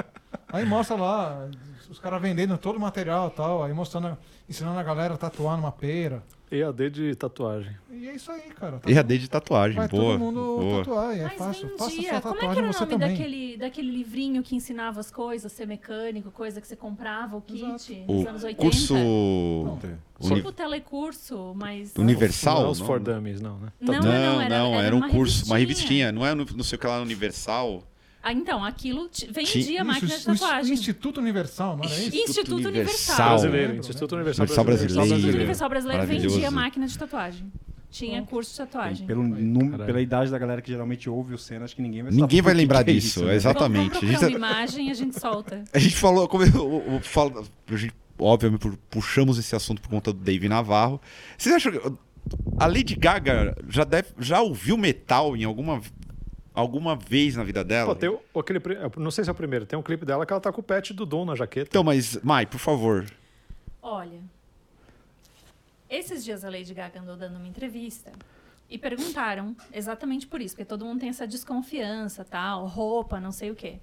[SPEAKER 3] Aí mostra lá, os caras vendendo todo o material e tal, aí mostrando, ensinando a galera a tatuar numa pera.
[SPEAKER 6] EAD de tatuagem.
[SPEAKER 3] E é isso aí, cara. Tá-
[SPEAKER 2] EAD de tatuagem,
[SPEAKER 3] Vai
[SPEAKER 2] boa.
[SPEAKER 3] todo mundo
[SPEAKER 2] boa.
[SPEAKER 3] tatuar, e é
[SPEAKER 4] Mas
[SPEAKER 3] fácil.
[SPEAKER 4] vendia.
[SPEAKER 3] Faça sua
[SPEAKER 4] Como é que
[SPEAKER 3] tatuagem
[SPEAKER 4] era o
[SPEAKER 3] você
[SPEAKER 4] nome
[SPEAKER 3] também.
[SPEAKER 4] daquele, daquele livrinho que ensinava as coisas, ser mecânico, coisa que você comprava, o kit,
[SPEAKER 3] Exato.
[SPEAKER 4] nos anos
[SPEAKER 2] O
[SPEAKER 4] 80?
[SPEAKER 2] curso uni-
[SPEAKER 4] Tipo telecurso, mas...
[SPEAKER 2] universal.
[SPEAKER 6] Não é os
[SPEAKER 2] não?
[SPEAKER 6] For Dummies, não, né?
[SPEAKER 4] Não,
[SPEAKER 2] não,
[SPEAKER 4] não, era,
[SPEAKER 2] não, era, um
[SPEAKER 4] uma
[SPEAKER 2] curso, uma revistinha, não é no- não sei o que lá universal.
[SPEAKER 4] Ah, então, aquilo te- vendia
[SPEAKER 3] Isso,
[SPEAKER 4] máquina de
[SPEAKER 3] isso,
[SPEAKER 4] tatuagem.
[SPEAKER 3] Instituto Universal, não era isso?
[SPEAKER 4] Instituto
[SPEAKER 2] Instituto
[SPEAKER 4] Universal.
[SPEAKER 2] Universal.
[SPEAKER 6] Brasileiro,
[SPEAKER 3] lembro,
[SPEAKER 6] Instituto
[SPEAKER 3] lembro.
[SPEAKER 6] Universal
[SPEAKER 2] Universal
[SPEAKER 6] Brasileiro.
[SPEAKER 4] O
[SPEAKER 2] Brasileiro.
[SPEAKER 4] Instituto Universal Brasileiro
[SPEAKER 2] Maravilhoso.
[SPEAKER 4] vendia máquina de tatuagem. Tinha curso de tatuagem.
[SPEAKER 5] Pelo num-
[SPEAKER 6] Caralho.
[SPEAKER 5] pela idade da galera que geralmente ouve o cena, acho que ninguém vai saber.
[SPEAKER 2] Ninguém
[SPEAKER 5] o
[SPEAKER 2] vai
[SPEAKER 5] que
[SPEAKER 2] lembrar
[SPEAKER 5] que é
[SPEAKER 2] disso,
[SPEAKER 5] isso, né?
[SPEAKER 4] Vamos-
[SPEAKER 2] exatamente.
[SPEAKER 4] Vamos
[SPEAKER 2] A gente
[SPEAKER 4] procurar
[SPEAKER 2] tá-
[SPEAKER 4] uma imagem e a gente solta.
[SPEAKER 2] A gente falou, como eu, eu, eu falo- a gente, obviamente, pu- puxamos esse assunto por conta do Dave Navarro. Vocês acham que a Lady Gaga já, deve, já ouviu metal em alguma, alguma vez na vida dela?
[SPEAKER 6] Pô, tem o- aquele, pri- eu não sei se é o primeiro, tem um clipe dela que ela tá com o pet do Doom na jaqueta.
[SPEAKER 2] Então, mas, Mai, por favor.
[SPEAKER 4] Olha, esses dias a Lady Gaga andou dando uma entrevista e perguntaram exatamente por isso, porque todo mundo tem essa desconfiança, tal, roupa, não sei o quê.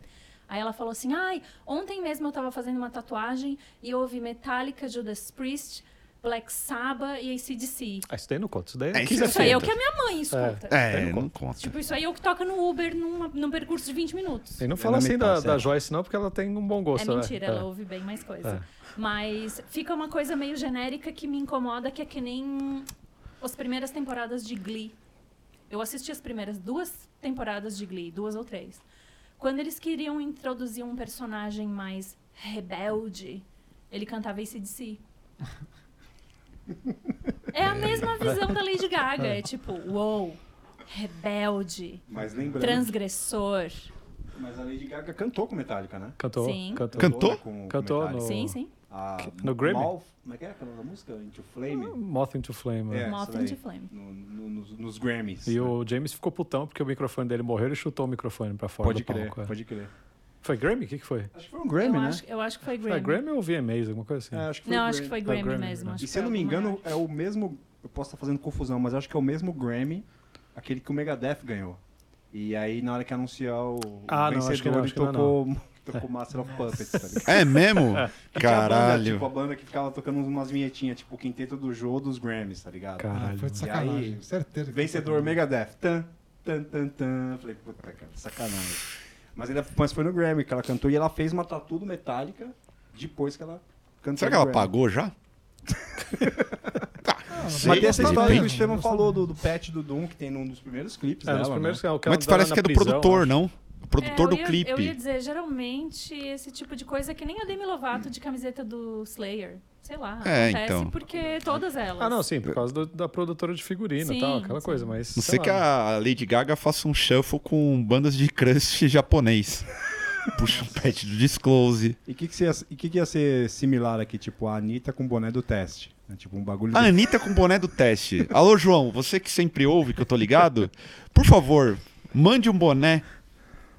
[SPEAKER 4] Aí ela falou assim: "Ai, ontem mesmo eu tava fazendo uma tatuagem e eu ouvi Metallica, Judas Priest, Black Sabbath e ACDC".
[SPEAKER 6] Ah, isso daí não conta, isso daí
[SPEAKER 2] É, isso
[SPEAKER 6] isso
[SPEAKER 4] Isso aí é o que a minha mãe escuta.
[SPEAKER 2] É, não conta.
[SPEAKER 4] Tipo, isso aí é o que toca no Uber numa- num percurso de 20 minutos.
[SPEAKER 6] E não fala
[SPEAKER 5] É
[SPEAKER 6] assim
[SPEAKER 5] lamentável,
[SPEAKER 6] da, da
[SPEAKER 5] certo.
[SPEAKER 6] Joyce não, porque ela tem um bom
[SPEAKER 4] É
[SPEAKER 6] gosto. né?
[SPEAKER 4] mentira, ela ouve bem mais coisa. Mas fica uma coisa meio genérica que me incomoda, que é que nem as primeiras temporadas de Glee. Eu assisti as primeiras duas temporadas de Glee, duas ou três. Quando eles queriam introduzir um personagem mais rebelde, ele cantava ACDC. (laughs) É a mesma visão da Lady Gaga. É tipo, uou, rebelde,
[SPEAKER 5] Mas lembrando,
[SPEAKER 4] transgressor.
[SPEAKER 5] mas a Lady Gaga cantou com Metallica, né?
[SPEAKER 6] Cantou,
[SPEAKER 4] Sim.
[SPEAKER 6] cantou.
[SPEAKER 2] Cantou?
[SPEAKER 5] né, com- com
[SPEAKER 6] Cantou
[SPEAKER 5] Metallica.
[SPEAKER 6] no-
[SPEAKER 4] Sim, sim.
[SPEAKER 5] A-
[SPEAKER 6] no Grammy?
[SPEAKER 5] Mal- Como é que é aquela da música? Into Flame?
[SPEAKER 6] Moth into Flame.
[SPEAKER 5] É,
[SPEAKER 6] né?
[SPEAKER 4] Moth
[SPEAKER 5] isso daí.
[SPEAKER 4] into Flame.
[SPEAKER 5] No- no- nos, nos Grammys.
[SPEAKER 2] É.
[SPEAKER 6] E
[SPEAKER 5] né?
[SPEAKER 6] o James ficou putão porque o microfone dele morreu e chutou o microfone pra fora
[SPEAKER 5] Pode
[SPEAKER 6] do
[SPEAKER 5] crer,
[SPEAKER 6] palco. é.
[SPEAKER 5] pode crer.
[SPEAKER 6] Foi Grammy? O que, que foi?
[SPEAKER 5] Acho que foi um Grammy,
[SPEAKER 4] eu,
[SPEAKER 5] né?
[SPEAKER 4] acho, eu acho que foi
[SPEAKER 6] Foi
[SPEAKER 4] Grammy.
[SPEAKER 6] Grammy ou VMAs, alguma coisa assim?
[SPEAKER 5] É, acho que foi
[SPEAKER 4] Não,
[SPEAKER 5] o
[SPEAKER 4] acho que foi
[SPEAKER 5] Grammy.
[SPEAKER 4] Grammy,
[SPEAKER 6] Grammy,
[SPEAKER 4] mesmo.
[SPEAKER 6] né?
[SPEAKER 4] acho
[SPEAKER 5] E
[SPEAKER 4] que
[SPEAKER 5] se eu
[SPEAKER 4] foi
[SPEAKER 5] não me
[SPEAKER 4] alguma
[SPEAKER 5] engano,
[SPEAKER 4] maior.
[SPEAKER 5] é o mesmo. Eu posso estar fazendo confusão, mas acho que é o mesmo Grammy, aquele que o Megadeth ganhou. E aí, na hora que anunciar o, o
[SPEAKER 6] Ah, não, acho
[SPEAKER 5] vencedor,
[SPEAKER 6] que não,
[SPEAKER 5] ele
[SPEAKER 6] acho que não,
[SPEAKER 5] tocou, (laughs) tocou Master of Puppets, tá ligado?
[SPEAKER 2] É mesmo?
[SPEAKER 5] Que tinha a banda, tipo,
[SPEAKER 2] Caralho.
[SPEAKER 5] a banda que ficava tocando umas vinhetinhas, tipo o quinteto do jogo dos Grammys, tá ligado?
[SPEAKER 3] Ah,
[SPEAKER 6] Caralho.
[SPEAKER 3] foi de
[SPEAKER 5] E aí,
[SPEAKER 3] sacanagem, certeza. que-
[SPEAKER 6] Uhum.
[SPEAKER 5] Vencedor Megadeth. Tan, tan, tan, tan. Falei, puta, cara, sacanagem. Mas, ainda, mas foi no Grammy que ela cantou e ela fez uma tatu do Metallica depois que ela cantou.
[SPEAKER 2] Será que
[SPEAKER 5] no
[SPEAKER 2] ela
[SPEAKER 5] Grammy.
[SPEAKER 2] pagou já? Tá, sei.
[SPEAKER 5] Mas tem essa
[SPEAKER 2] De
[SPEAKER 5] história né? que o
[SPEAKER 2] repente.
[SPEAKER 5] Estevam falou do, do pet do Doom, que tem num dos primeiros clipes
[SPEAKER 6] É,
[SPEAKER 5] dela, né?
[SPEAKER 6] nos primeiros que ela
[SPEAKER 2] Mas
[SPEAKER 6] dá
[SPEAKER 2] parece
[SPEAKER 6] na
[SPEAKER 2] que é do
[SPEAKER 6] prisão,
[SPEAKER 2] produtor,
[SPEAKER 6] acho.
[SPEAKER 2] não? O produtor
[SPEAKER 4] É, eu
[SPEAKER 2] do
[SPEAKER 4] ia-
[SPEAKER 2] clipe.
[SPEAKER 4] Eu ia dizer, geralmente, esse tipo de coisa é que nem a Demi Lovato de camiseta do Slayer. Sei lá,
[SPEAKER 2] É,
[SPEAKER 4] acontece
[SPEAKER 2] então.
[SPEAKER 4] porque todas elas.
[SPEAKER 6] Ah, não, sim, por causa do- da produtora de figurino e
[SPEAKER 4] Sim,
[SPEAKER 6] tal, aquela
[SPEAKER 4] sim.
[SPEAKER 6] coisa, mas.
[SPEAKER 2] Não
[SPEAKER 6] sei
[SPEAKER 2] sei né? que
[SPEAKER 6] lá.
[SPEAKER 2] a Lady Gaga faça um shuffle com bandas de crush (laughs) japonês. Puxa o pet do Disclose.
[SPEAKER 5] E o que, que, você ia- e que, que ia ser similar aqui? Tipo, a Anitta com boné do teste. né? Tipo, um bagulho.
[SPEAKER 2] A
[SPEAKER 5] do-
[SPEAKER 2] Anitta com boné do teste. Alô, João, você que sempre ouve, que eu tô ligado, por favor, mande um boné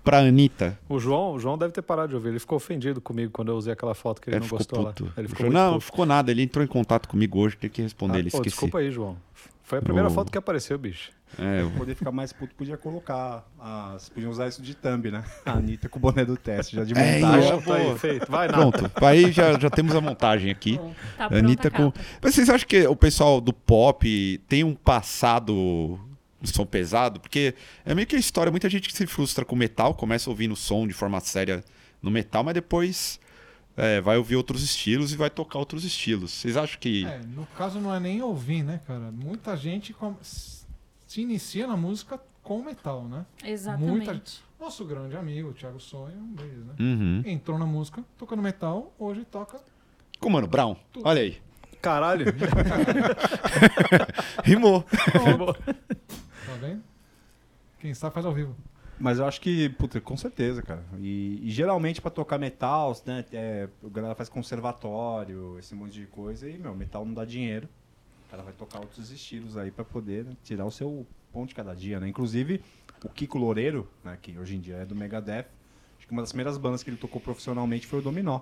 [SPEAKER 2] pra Anitta.
[SPEAKER 6] O João, o João deve ter parado de ouvir. Ele ficou ofendido comigo quando eu usei aquela foto que ele,
[SPEAKER 2] Ele
[SPEAKER 6] não
[SPEAKER 2] É, ficou
[SPEAKER 6] gostou
[SPEAKER 2] puto.
[SPEAKER 6] lá. Ele ficou
[SPEAKER 2] João,
[SPEAKER 6] muito
[SPEAKER 2] não, não
[SPEAKER 6] puto.
[SPEAKER 2] ficou nada. Ele entrou em contato comigo hoje, tem que responder
[SPEAKER 6] Ah,
[SPEAKER 2] ele,
[SPEAKER 6] pô,
[SPEAKER 2] esqueci.
[SPEAKER 6] desculpa aí, João. Foi a primeira
[SPEAKER 2] Oh.
[SPEAKER 6] foto que apareceu, bicho.
[SPEAKER 2] É, eu-
[SPEAKER 5] Poder ficar mais puto, podia colocar. As, podiam usar isso de thumb, né? (laughs) A Anitta com o boné do teste, já de
[SPEAKER 2] É,
[SPEAKER 5] montagem.
[SPEAKER 2] eu-
[SPEAKER 6] Pronto Tá aí, feito. Vai, Nath.
[SPEAKER 2] Pronto, aí já, já temos a montagem (laughs) aqui.
[SPEAKER 4] Tá pronta
[SPEAKER 2] Anitta
[SPEAKER 4] a
[SPEAKER 2] com.
[SPEAKER 4] capa.
[SPEAKER 2] Mas vocês acham que o pessoal do pop tem um passado de som pesado? Porque é meio que a história, muita gente que se frustra com metal, começa ouvindo som de forma séria no metal, mas depois é, vai ouvir outros estilos e vai tocar outros estilos. Vocês acham que.
[SPEAKER 3] É, no caso não é nem ouvir, né, cara? Muita gente com- se inicia na música com metal, né?
[SPEAKER 4] Exatamente.
[SPEAKER 3] Nosso grande amigo, Thiago Sonho, um beijo, né?
[SPEAKER 2] Uhum.
[SPEAKER 3] Entrou na música, tocando metal, hoje toca.
[SPEAKER 2] Com o Mano Brown, olha aí.
[SPEAKER 6] Caralho.
[SPEAKER 2] (laughs) Rimou.
[SPEAKER 3] Tá vendo? Quem sabe faz ao vivo.
[SPEAKER 5] Mas eu acho que, puta, com certeza, cara. E, e geralmente pra tocar metal, né? É, o galera faz conservatório, esse monte de coisa, e, meu, metal não dá dinheiro. O cara vai tocar outros estilos aí pra poder né, tirar o seu ponto de cada dia, né? Inclusive, o Kiko Loureiro, né, que hoje em dia é do Megadeth, acho que uma das primeiras bandas que ele tocou profissionalmente foi o Dominó.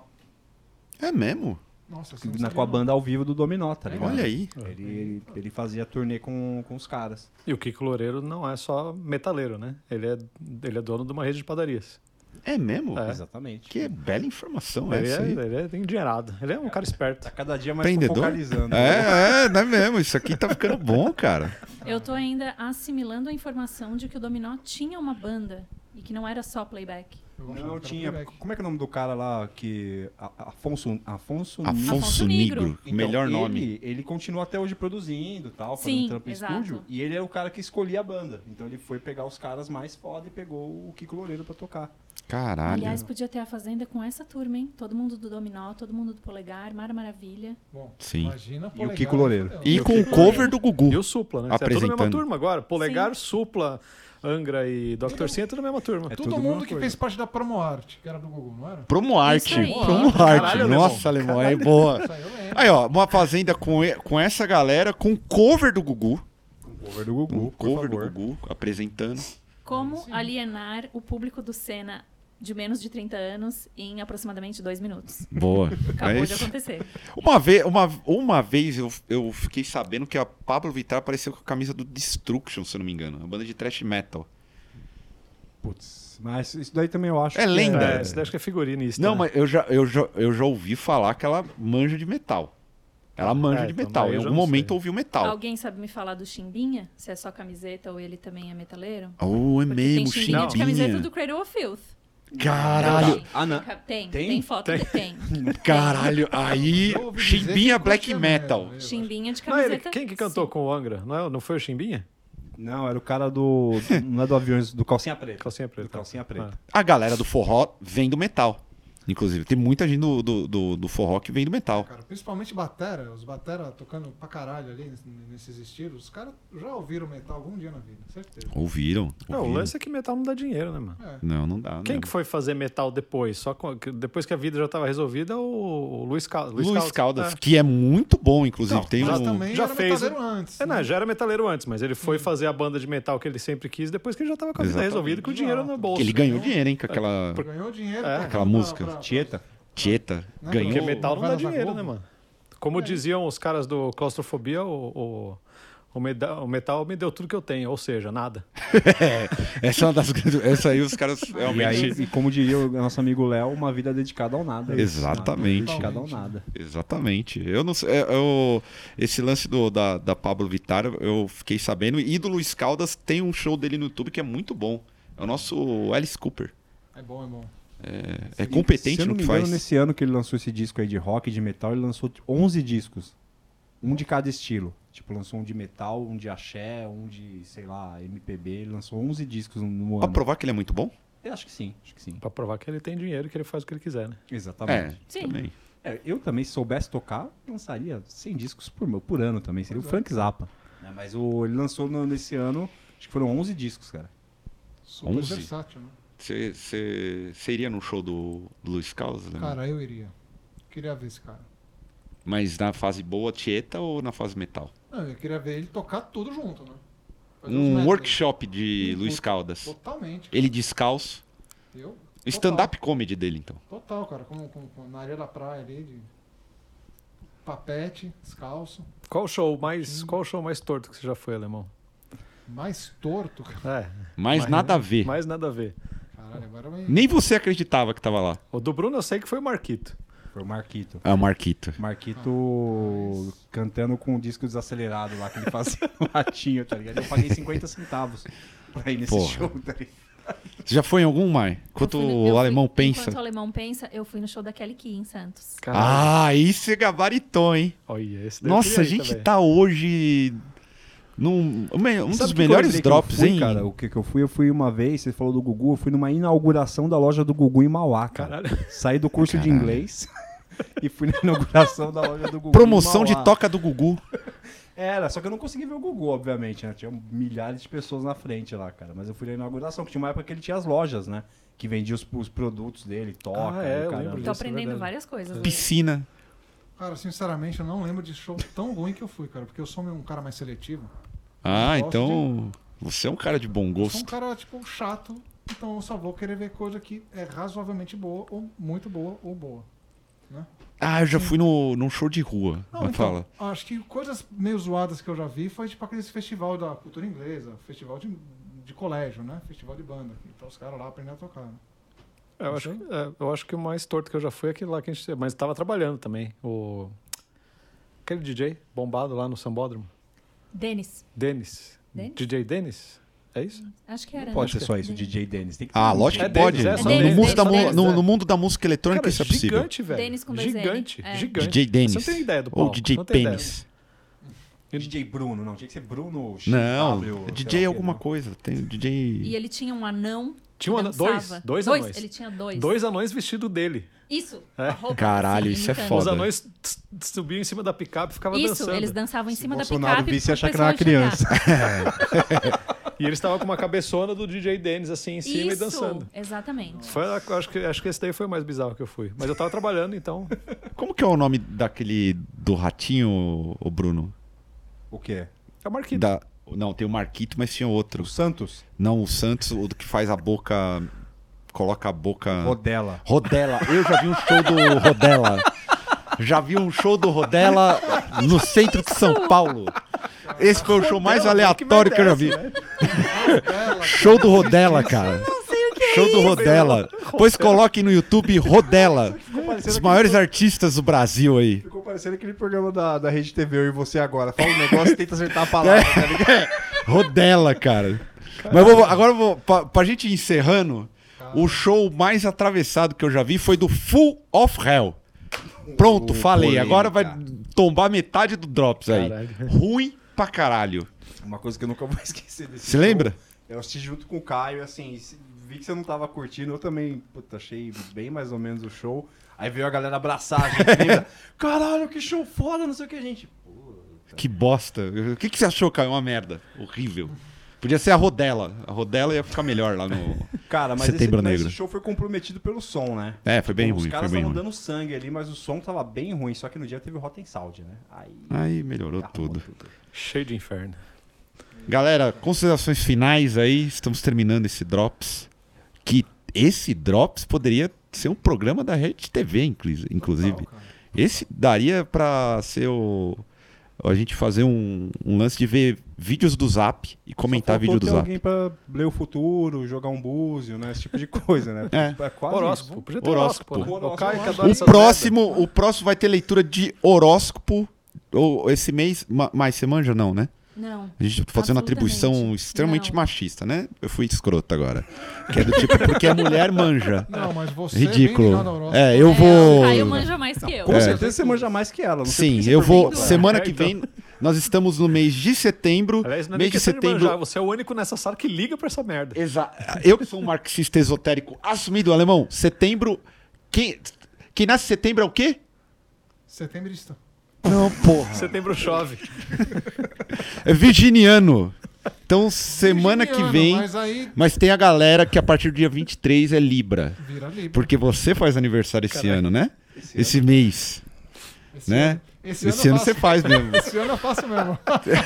[SPEAKER 2] É mesmo?
[SPEAKER 3] Nossa, é você não
[SPEAKER 5] Na,
[SPEAKER 3] sabia,
[SPEAKER 5] com a
[SPEAKER 3] não.
[SPEAKER 5] banda ao vivo do Dominó, tá ligado?
[SPEAKER 2] Olha aí.
[SPEAKER 5] Ele, ele, ele fazia turnê com, com os caras.
[SPEAKER 6] E o Kiko Loureiro não é só metaleiro, né? Ele é, ele é dono de uma rede de padarias.
[SPEAKER 2] É mesmo?
[SPEAKER 6] É.
[SPEAKER 5] Exatamente.
[SPEAKER 2] Que bela informação
[SPEAKER 6] ele,
[SPEAKER 2] essa
[SPEAKER 6] é,
[SPEAKER 2] aí.
[SPEAKER 6] ele é engenheirado. Ele é um cara esperto.
[SPEAKER 5] Tá cada dia mais
[SPEAKER 2] Empreendedor?
[SPEAKER 5] focalizando.
[SPEAKER 2] É, é, não é mesmo? Isso aqui tá ficando bom, cara.
[SPEAKER 4] Eu tô ainda assimilando a informação de que o Dominó tinha uma banda e que não era só playback.
[SPEAKER 3] Eu gosto
[SPEAKER 5] Não
[SPEAKER 3] do cara
[SPEAKER 5] tinha.
[SPEAKER 3] playback.
[SPEAKER 5] Como é que é o nome do cara lá que. A- Afonso. Afonso. Nigro.
[SPEAKER 2] Afonso
[SPEAKER 4] Afonso
[SPEAKER 2] Negro,
[SPEAKER 4] Negro.
[SPEAKER 5] Então,
[SPEAKER 2] melhor
[SPEAKER 5] ele,
[SPEAKER 2] nome.
[SPEAKER 5] Ele continua até hoje produzindo e tal, fazendo
[SPEAKER 4] Sim,
[SPEAKER 5] trampo em
[SPEAKER 4] exato.
[SPEAKER 5] estúdio. E ele é o cara que escolhia a banda. Então ele foi pegar os caras mais foda e pegou o Kiko Loureiro pra tocar.
[SPEAKER 2] Caralho.
[SPEAKER 4] Aliás, podia ter a Fazenda com essa turma, hein? Todo mundo do Dominó, todo mundo do Polegar, Mara Maravilha.
[SPEAKER 3] Bom,
[SPEAKER 2] Sim.
[SPEAKER 3] imagina
[SPEAKER 5] E o
[SPEAKER 3] polegar,
[SPEAKER 5] Kiko Loureiro.
[SPEAKER 3] fudeu.
[SPEAKER 2] E com o cover do
[SPEAKER 6] E
[SPEAKER 2] Gugu.
[SPEAKER 6] o Supla, né? Você é tudo na mesma
[SPEAKER 2] Apresentando.
[SPEAKER 6] turma agora. Polegar, Supla, Angra e Dr. Sim é tudo na mesma turma.
[SPEAKER 5] É
[SPEAKER 3] Todo
[SPEAKER 5] tudo
[SPEAKER 3] mundo
[SPEAKER 5] uma
[SPEAKER 3] que
[SPEAKER 5] coisa.
[SPEAKER 3] fez parte da Promoarte, que era do Google, não
[SPEAKER 5] (laughs)
[SPEAKER 3] era?
[SPEAKER 2] Promoarte.
[SPEAKER 4] Isso aí.
[SPEAKER 2] Promoarte.
[SPEAKER 6] Caralho,
[SPEAKER 2] Nossa, alemão, é boa.
[SPEAKER 3] Isso aí eu lembro.
[SPEAKER 2] Aí, ó, uma fazenda com, e- com essa galera, com cover do Gugu.
[SPEAKER 5] Cover do Gugu.
[SPEAKER 2] Um cover do Gugu, apresentando.
[SPEAKER 4] Como alienar o público do Senna de menos de 30 anos em aproximadamente dois minutos.
[SPEAKER 2] Boa.
[SPEAKER 4] Acabou de acontecer.
[SPEAKER 2] É Uma vez, uma, uma vez eu, eu fiquei sabendo que a Pablo Vittar apareceu com a camisa do Destruction, se eu não me engano. Uma banda de thrash metal.
[SPEAKER 5] Putz. Mas isso daí também eu acho.
[SPEAKER 2] É
[SPEAKER 5] que
[SPEAKER 2] lenda.
[SPEAKER 6] É, isso daí acho que é figurinista.
[SPEAKER 2] Não,
[SPEAKER 6] né?
[SPEAKER 2] mas eu já, eu, já, eu já ouvi falar que ela manja de metal. Ela manja
[SPEAKER 6] É,
[SPEAKER 2] de
[SPEAKER 6] então
[SPEAKER 2] metal.
[SPEAKER 6] daí
[SPEAKER 2] Em
[SPEAKER 6] eu já
[SPEAKER 2] algum
[SPEAKER 6] não
[SPEAKER 2] momento
[SPEAKER 6] sei.
[SPEAKER 2] ouviu metal.
[SPEAKER 4] Alguém sabe me falar do Chimbinha? Se é só camiseta ou ele também é metaleiro?
[SPEAKER 2] Oh, é mesmo,
[SPEAKER 4] Porque tem Chimbinha de camiseta
[SPEAKER 2] chimbinha.
[SPEAKER 4] do Cradle of Filth.
[SPEAKER 2] Caralho,
[SPEAKER 4] Tem,
[SPEAKER 5] Ah, não.
[SPEAKER 4] Tem,
[SPEAKER 5] Tem?
[SPEAKER 4] tem, foto de tem.
[SPEAKER 2] caralho. Aí,
[SPEAKER 3] Eu ouvi dizer
[SPEAKER 2] chimbinha
[SPEAKER 3] que
[SPEAKER 2] black
[SPEAKER 3] curtia
[SPEAKER 2] metal.
[SPEAKER 4] né?
[SPEAKER 3] mesmo, eu
[SPEAKER 4] Chimbinha de
[SPEAKER 6] Não, ele-
[SPEAKER 4] camiseta.
[SPEAKER 6] quem que cantou
[SPEAKER 4] sim.
[SPEAKER 6] com o Angra? Não, é- não foi o Chimbinha?
[SPEAKER 5] Não, era o cara do. Não é do aviões, do calcinha preta.
[SPEAKER 6] Calcinha preta.
[SPEAKER 5] Do calcinha preta.
[SPEAKER 2] A galera do forró vem do metal. Inclusive, tem muita gente do, do, do- do forró que vem do metal.
[SPEAKER 3] Cara, principalmente Batera, os Batera tocando pra caralho ali ness- nesses estilos, os caras já ouviram metal algum dia na vida, certeza.
[SPEAKER 2] Ouviram?
[SPEAKER 6] Não, o
[SPEAKER 2] ouviram.
[SPEAKER 6] lance é que metal não dá dinheiro, né, mano?
[SPEAKER 2] Não, não dá.
[SPEAKER 6] Quem
[SPEAKER 2] né?
[SPEAKER 6] que foi fazer metal depois? Só com- que- depois que a vida já estava resolvida, é o o Luiz, Cal,
[SPEAKER 2] Luiz, Caldas, que é muito bom, inclusive.
[SPEAKER 6] Não,
[SPEAKER 2] tem
[SPEAKER 3] Mas
[SPEAKER 2] um...
[SPEAKER 3] também já
[SPEAKER 6] já
[SPEAKER 3] era
[SPEAKER 6] fez,
[SPEAKER 3] metaleiro
[SPEAKER 6] né? Hum.
[SPEAKER 3] antes.
[SPEAKER 6] É, não,
[SPEAKER 3] né?
[SPEAKER 6] já era metaleiro antes, mas ele foi fazer a banda de metal que ele sempre quis depois que ele já estava com a vida
[SPEAKER 2] Exatamente.
[SPEAKER 6] resolvida e com o dinheiro no
[SPEAKER 3] Exato.
[SPEAKER 6] bolso. né?
[SPEAKER 2] que ele ganhou dinheiro, hein, com aquela
[SPEAKER 3] Ganhou dinheiro.
[SPEAKER 6] É.
[SPEAKER 3] pra-
[SPEAKER 2] Aquela
[SPEAKER 3] pra-
[SPEAKER 2] música,
[SPEAKER 3] pra- pra-
[SPEAKER 5] Tieta.
[SPEAKER 2] Tieta.
[SPEAKER 3] Não,
[SPEAKER 2] ganhou.
[SPEAKER 6] Porque metal não dá
[SPEAKER 3] Vai na
[SPEAKER 6] dinheiro,
[SPEAKER 3] Globo?
[SPEAKER 6] né, mano? Como diziam os caras do Claustrofobia, o, o, o meda- o metal me deu tudo que eu tenho, ou seja, nada.
[SPEAKER 2] Essa é uma das grandes. Essa aí os caras
[SPEAKER 5] E, aí,
[SPEAKER 2] É. realmente.
[SPEAKER 5] e como diria o nosso amigo Léo, uma vida dedicada ao nada.
[SPEAKER 2] Exatamente.
[SPEAKER 5] Dedicada ao nada.
[SPEAKER 2] Exatamente. Eu não sei. é, eu- esse lance do, da, da Pablo Vittar, eu fiquei sabendo. E do Luiz Caldas tem um show dele no YouTube que é muito bom. É o nosso Alice Cooper.
[SPEAKER 3] É bom, é bom.
[SPEAKER 2] É competente
[SPEAKER 5] Se eu não
[SPEAKER 2] no
[SPEAKER 5] me
[SPEAKER 2] que
[SPEAKER 5] engano,
[SPEAKER 2] faz.
[SPEAKER 5] nesse ano que ele lançou esse disco aí de rock, de metal, ele lançou 11 discos. Um de cada estilo. Tipo, lançou um de metal, um de axé, um de, sei lá, MPB. Ele lançou 11 discos no
[SPEAKER 2] Pra
[SPEAKER 5] ano.
[SPEAKER 2] provar que ele é muito bom?
[SPEAKER 5] Eu acho que sim, acho que sim.
[SPEAKER 6] Pra provar que ele tem dinheiro e que ele faz o que ele quiser, né?
[SPEAKER 5] Exatamente.
[SPEAKER 4] Sim.
[SPEAKER 2] Também.
[SPEAKER 5] É, eu também, se soubesse tocar, lançaria 100 discos por, meu- por ano também. Seria o Frank Zappa. né? Mas o, ele lançou no- nesse ano, acho que foram 11 discos, cara.
[SPEAKER 3] Super
[SPEAKER 2] 11?
[SPEAKER 3] versátil, né?
[SPEAKER 2] Você- Você você iria no show do, do Luiz Caldas, né?
[SPEAKER 3] Cara, eu iria. Queria ver esse cara.
[SPEAKER 2] Mas na fase boa, Tieta ou na fase metal?
[SPEAKER 3] Não, eu queria ver ele tocar tudo junto, né? Fazer uns
[SPEAKER 2] Um
[SPEAKER 3] medley.
[SPEAKER 2] workshop de
[SPEAKER 3] Hum,
[SPEAKER 2] Luiz
[SPEAKER 3] to-
[SPEAKER 2] Caldas.
[SPEAKER 3] Totalmente.
[SPEAKER 2] Ele descalço.
[SPEAKER 3] Eu?
[SPEAKER 2] Stand-up comedy dele, então.
[SPEAKER 3] Total, cara. Como, como- como na areia da praia ali, de papete, descalço.
[SPEAKER 6] Qual o show mais, qual o show mais torto que você já foi, alemão?
[SPEAKER 3] Mais torto, cara.
[SPEAKER 6] É,
[SPEAKER 2] Mas nada a ver.
[SPEAKER 6] mais nada a ver.
[SPEAKER 3] Caralho, agora vai.
[SPEAKER 2] Nem você acreditava que tava lá.
[SPEAKER 6] O do Bruno eu sei que foi o Marquito.
[SPEAKER 5] Foi o Marquito.
[SPEAKER 2] Ah, o Marquito.
[SPEAKER 5] Marquito cantando com o disco desacelerado lá, que ele fazia
[SPEAKER 2] (laughs)
[SPEAKER 5] um latinho, tá ligado? Eu paguei 50 centavos pra ir nesse
[SPEAKER 2] Porra.
[SPEAKER 5] show, tá ligado?
[SPEAKER 2] Você já foi em algum, Mai? Enquanto
[SPEAKER 4] Eu fui no- eu
[SPEAKER 2] o
[SPEAKER 4] fui-
[SPEAKER 2] alemão pensa.
[SPEAKER 4] Enquanto o alemão pensa, eu fui no show da Kelly Key em Santos.
[SPEAKER 6] Caralho.
[SPEAKER 2] Ah, aí você gabaritou, hein?
[SPEAKER 6] Olha, esse daí eu
[SPEAKER 2] Nossa,
[SPEAKER 6] queria
[SPEAKER 2] a
[SPEAKER 6] ir
[SPEAKER 2] gente
[SPEAKER 6] também.
[SPEAKER 2] tá hoje num um me- um dos
[SPEAKER 5] Sabe que eu
[SPEAKER 2] melhores
[SPEAKER 5] lembrei que eu
[SPEAKER 2] drops,
[SPEAKER 5] fui,
[SPEAKER 2] hein?
[SPEAKER 5] Cara, o que, que eu fui? Eu fui uma vez, você falou do Gugu, eu fui numa inauguração da loja do Gugu em Mauá, cara. Saí do curso de
[SPEAKER 2] Caralho.
[SPEAKER 5] inglês (laughs) e fui na inauguração da loja do Gugu. em
[SPEAKER 2] Promoção de
[SPEAKER 5] Mauá.
[SPEAKER 2] toca do Gugu.
[SPEAKER 5] Era, só que eu não consegui ver o Gugu, obviamente, né? Tinha milhares de pessoas na frente lá, cara. Mas eu fui na inauguração, que tinha uma época que ele tinha as lojas, né? Que vendia os, os produtos dele, toca,
[SPEAKER 6] Ah, é,
[SPEAKER 5] e o
[SPEAKER 6] eu
[SPEAKER 5] caramba. Então,
[SPEAKER 6] lembro
[SPEAKER 4] Tô
[SPEAKER 6] Isso é
[SPEAKER 4] aprendendo
[SPEAKER 6] verdade.
[SPEAKER 4] várias coisas. né? hoje.
[SPEAKER 2] Piscina.
[SPEAKER 3] Cara, sinceramente, eu não lembro de show tão ruim que eu fui, cara. Porque eu sou um cara mais seletivo.
[SPEAKER 2] Ah,
[SPEAKER 3] Gosto
[SPEAKER 2] então. Você é um cara de bom
[SPEAKER 3] Eu sou um
[SPEAKER 2] gosto.
[SPEAKER 3] cara, tipo, chato. Então eu só vou querer ver coisa que é razoavelmente boa, ou muito boa, ou boa.
[SPEAKER 6] um
[SPEAKER 2] Ah, eu já fui no, num show de rua.
[SPEAKER 3] Não,
[SPEAKER 2] Mas
[SPEAKER 3] então,
[SPEAKER 2] fala.
[SPEAKER 3] acho que coisas meio zoadas que eu já vi foi tipo aquele festival da cultura inglesa, festival de, de colégio, né? Festival de banda. Então os caras lá aprendem a tocar. né?
[SPEAKER 6] É, Eu acho, é, eu acho que o mais torto que eu já fui é aquele lá que a gente. Mas tava trabalhando também. O... Aquele DJ bombado lá no Sambódromo.
[SPEAKER 4] Denis,
[SPEAKER 6] Denis.
[SPEAKER 4] Denis?
[SPEAKER 6] DJ Denis? É isso?
[SPEAKER 4] acho que era.
[SPEAKER 5] Pode
[SPEAKER 4] né?
[SPEAKER 5] ser só isso, o DJ Dennis. Tem que
[SPEAKER 2] Ah,
[SPEAKER 5] ser- um
[SPEAKER 2] lógico
[SPEAKER 6] É
[SPEAKER 2] que
[SPEAKER 6] deles,
[SPEAKER 2] pode.
[SPEAKER 6] é,
[SPEAKER 4] são
[SPEAKER 2] no,
[SPEAKER 4] deles,
[SPEAKER 2] mundo da,
[SPEAKER 4] são
[SPEAKER 2] mu-
[SPEAKER 4] deles,
[SPEAKER 2] no-
[SPEAKER 6] é.
[SPEAKER 2] no mundo da música eletrônica isso é possível.
[SPEAKER 6] gigante, velho.
[SPEAKER 4] Denis com dois N.
[SPEAKER 6] Gigante,
[SPEAKER 4] É.
[SPEAKER 6] gigante.
[SPEAKER 2] DJ Dennis.
[SPEAKER 6] Você não tem ideia do palco.
[SPEAKER 2] Ou DJ
[SPEAKER 6] não tem
[SPEAKER 2] Pênis.
[SPEAKER 5] DJ Bruno, não. Tinha que ser Bruno X,
[SPEAKER 6] Ah,
[SPEAKER 2] Não,
[SPEAKER 5] W,
[SPEAKER 2] é
[SPEAKER 5] sei
[SPEAKER 2] DJ
[SPEAKER 5] lá o quê,
[SPEAKER 2] alguma
[SPEAKER 5] né?
[SPEAKER 2] coisa. Tem DJ.
[SPEAKER 4] E ele tinha um anão. que
[SPEAKER 6] Tinha um anão- dois,
[SPEAKER 4] dançava.
[SPEAKER 6] dois anões.
[SPEAKER 4] Ele tinha
[SPEAKER 6] Ideia.
[SPEAKER 4] dois.
[SPEAKER 6] Dois anões vestidos dele.
[SPEAKER 4] Isso.
[SPEAKER 6] É.
[SPEAKER 4] a roupa, assim,
[SPEAKER 2] Caralho, isso é
[SPEAKER 4] imitando.
[SPEAKER 2] Foda.
[SPEAKER 6] Os anões tss, tss, subiam em cima da picape e ficavam
[SPEAKER 4] Isso,
[SPEAKER 6] dançando.
[SPEAKER 4] eles dançavam em cima da
[SPEAKER 5] Bolsonaro
[SPEAKER 4] picape.
[SPEAKER 5] visse,
[SPEAKER 4] pro
[SPEAKER 5] achar que era uma
[SPEAKER 4] pessoal chegar.
[SPEAKER 5] criança.
[SPEAKER 6] E eles estavam com uma cabeçona do DJ Dennis assim em cima
[SPEAKER 4] Isso,
[SPEAKER 6] e dançando.
[SPEAKER 4] exatamente.
[SPEAKER 6] Foi, a- acho, que, acho que esse daí foi o mais bizarro que eu fui. Mas eu tava
[SPEAKER 2] (laughs)
[SPEAKER 6] trabalhando, então.
[SPEAKER 2] Como que é o nome daquele do ratinho, o Bruno?
[SPEAKER 5] O quê?
[SPEAKER 6] É o Marquinhos.
[SPEAKER 2] Da... Não, tem o Marquito, mas tinha outro.
[SPEAKER 5] O Santos?
[SPEAKER 2] Não, o Santos, o do que faz a boca. Coloca a boca.
[SPEAKER 5] Rodela.
[SPEAKER 2] Rodela. Eu já vi um show do Rodela. Já vi um show do Rodela no centro de São Paulo. Esse foi o show mais aleatório que é eu já vi. (laughs) Show do Rodela, cara. Show do Rodela. Pois coloquem no YouTube Rodela. Os maiores artistas do Brasil aí.
[SPEAKER 5] Ficou parecendo aquele programa da, da Rede TV, eu e você
[SPEAKER 2] (laughs)
[SPEAKER 5] agora. Fala um negócio e tenta acertar a palavra, tá ligado?
[SPEAKER 2] Rodela, cara. Mas vou- agora eu vou. Pra, pra gente ir encerrando, o show mais atravessado que eu já vi foi do Full of Hell. Pronto,
[SPEAKER 5] Uh,
[SPEAKER 2] falei.
[SPEAKER 5] polêmica.
[SPEAKER 2] Agora vai tombar metade do Drops aí.
[SPEAKER 6] Caralho.
[SPEAKER 2] Ruim pra caralho.
[SPEAKER 5] Uma coisa que eu nunca vou esquecer desse
[SPEAKER 2] Se É. lembra?
[SPEAKER 5] Eu assisti junto com o Caio, assim, se- vi que você não tava curtindo, eu também, puta, achei bem mais ou menos o show. Aí veio a galera abraçar a gente,
[SPEAKER 2] (laughs)
[SPEAKER 5] lembra? Caralho, que show foda, não sei o que, gente.
[SPEAKER 2] Que bosta. O que, que você achou, Caio? Uma merda. Horrível. Podia ser a Rodela. A Rodela ia ficar melhor lá no.
[SPEAKER 5] Cara, mas esse,
[SPEAKER 2] Setembro
[SPEAKER 5] mas
[SPEAKER 2] Negro.
[SPEAKER 5] esse show foi comprometido pelo som, né?
[SPEAKER 2] É, foi bem
[SPEAKER 5] Os
[SPEAKER 2] ruim. Foi
[SPEAKER 5] caras
[SPEAKER 2] bem
[SPEAKER 5] estavam
[SPEAKER 2] ruim.
[SPEAKER 5] dando sangue ali, mas o som tava bem ruim, só que no dia teve o Rotten Sound, né? Aí...
[SPEAKER 2] Aí melhorou
[SPEAKER 5] arrumou
[SPEAKER 2] tudo.
[SPEAKER 6] Cheio de inferno.
[SPEAKER 2] Galera, considerações finais aí. Estamos terminando esse Drops. Que esse Drops poderia ser um programa da Rede TV, inclu- inclusive.
[SPEAKER 3] Total, Tá, cara.
[SPEAKER 2] Esse daria pra ser o. A gente fazer um, um lance de ver vídeos do Zap e comentar
[SPEAKER 5] Só faltou
[SPEAKER 2] vídeo do
[SPEAKER 5] ter
[SPEAKER 2] Zap.
[SPEAKER 5] alguém pra ler o futuro, jogar um búzio, né? Esse
[SPEAKER 3] (laughs)
[SPEAKER 5] tipo de coisa, né?
[SPEAKER 2] É.
[SPEAKER 5] quase isso.
[SPEAKER 6] Horóscopo. Podia ter
[SPEAKER 2] Horóscopo.
[SPEAKER 6] horóscopo. né?
[SPEAKER 5] Horóscopo.
[SPEAKER 6] O Caio que adora
[SPEAKER 2] O
[SPEAKER 6] essas
[SPEAKER 2] próximo, o próximo vai ter leitura de horóscopo. Ou esse mês, ma- mas você manja não, né?
[SPEAKER 4] Não.
[SPEAKER 2] A gente tá fazendo uma
[SPEAKER 4] Absolutamente.
[SPEAKER 2] atribuição extremamente
[SPEAKER 4] Não.
[SPEAKER 2] machista, né? Eu fui escroto agora. Que é do tipo, porque a mulher
[SPEAKER 4] (laughs)
[SPEAKER 2] manja.
[SPEAKER 3] Não, mas você é bem
[SPEAKER 2] Ridículo.
[SPEAKER 3] ligado ao horóscopo.
[SPEAKER 2] É, eu
[SPEAKER 4] É,
[SPEAKER 2] vou.
[SPEAKER 4] o Caio manja mais que eu.
[SPEAKER 5] Com
[SPEAKER 2] É.
[SPEAKER 5] certeza você manja mais que ela. Não sei por
[SPEAKER 2] Sim,
[SPEAKER 5] que você tá
[SPEAKER 2] eu vou.
[SPEAKER 5] pergunta.
[SPEAKER 2] Semana
[SPEAKER 6] É,
[SPEAKER 2] que
[SPEAKER 6] então.
[SPEAKER 2] vem, nós estamos no mês de setembro.
[SPEAKER 6] Aliás, não é nem
[SPEAKER 2] mês de
[SPEAKER 6] questão de manjar.
[SPEAKER 2] setembro.
[SPEAKER 6] Você é o único nessa sala que liga pra essa merda.
[SPEAKER 2] Exa- Eu que sou um marxista esotérico assumido, alemão. Setembro. Quem, quem nasce em setembro é o quê?
[SPEAKER 3] Setembrista.
[SPEAKER 2] Não, porra. (laughs)
[SPEAKER 6] Setembro chove.
[SPEAKER 2] É virginiano. Então, semana que
[SPEAKER 3] Virginiano,
[SPEAKER 2] vem.
[SPEAKER 3] Mas aí
[SPEAKER 2] Mas tem a galera que a partir do dia 23 é Libra.
[SPEAKER 3] vira livre.
[SPEAKER 2] Porque você faz aniversário esse
[SPEAKER 6] Caralho.
[SPEAKER 2] ano, né? Esse, mês,
[SPEAKER 3] Esse
[SPEAKER 2] né?
[SPEAKER 3] ano-
[SPEAKER 2] Esse,
[SPEAKER 3] Esse,
[SPEAKER 2] ano,
[SPEAKER 3] ano,
[SPEAKER 2] você
[SPEAKER 3] eu faço.
[SPEAKER 2] faz mesmo.
[SPEAKER 3] Esse ano eu
[SPEAKER 2] (laughs)
[SPEAKER 3] faço mesmo.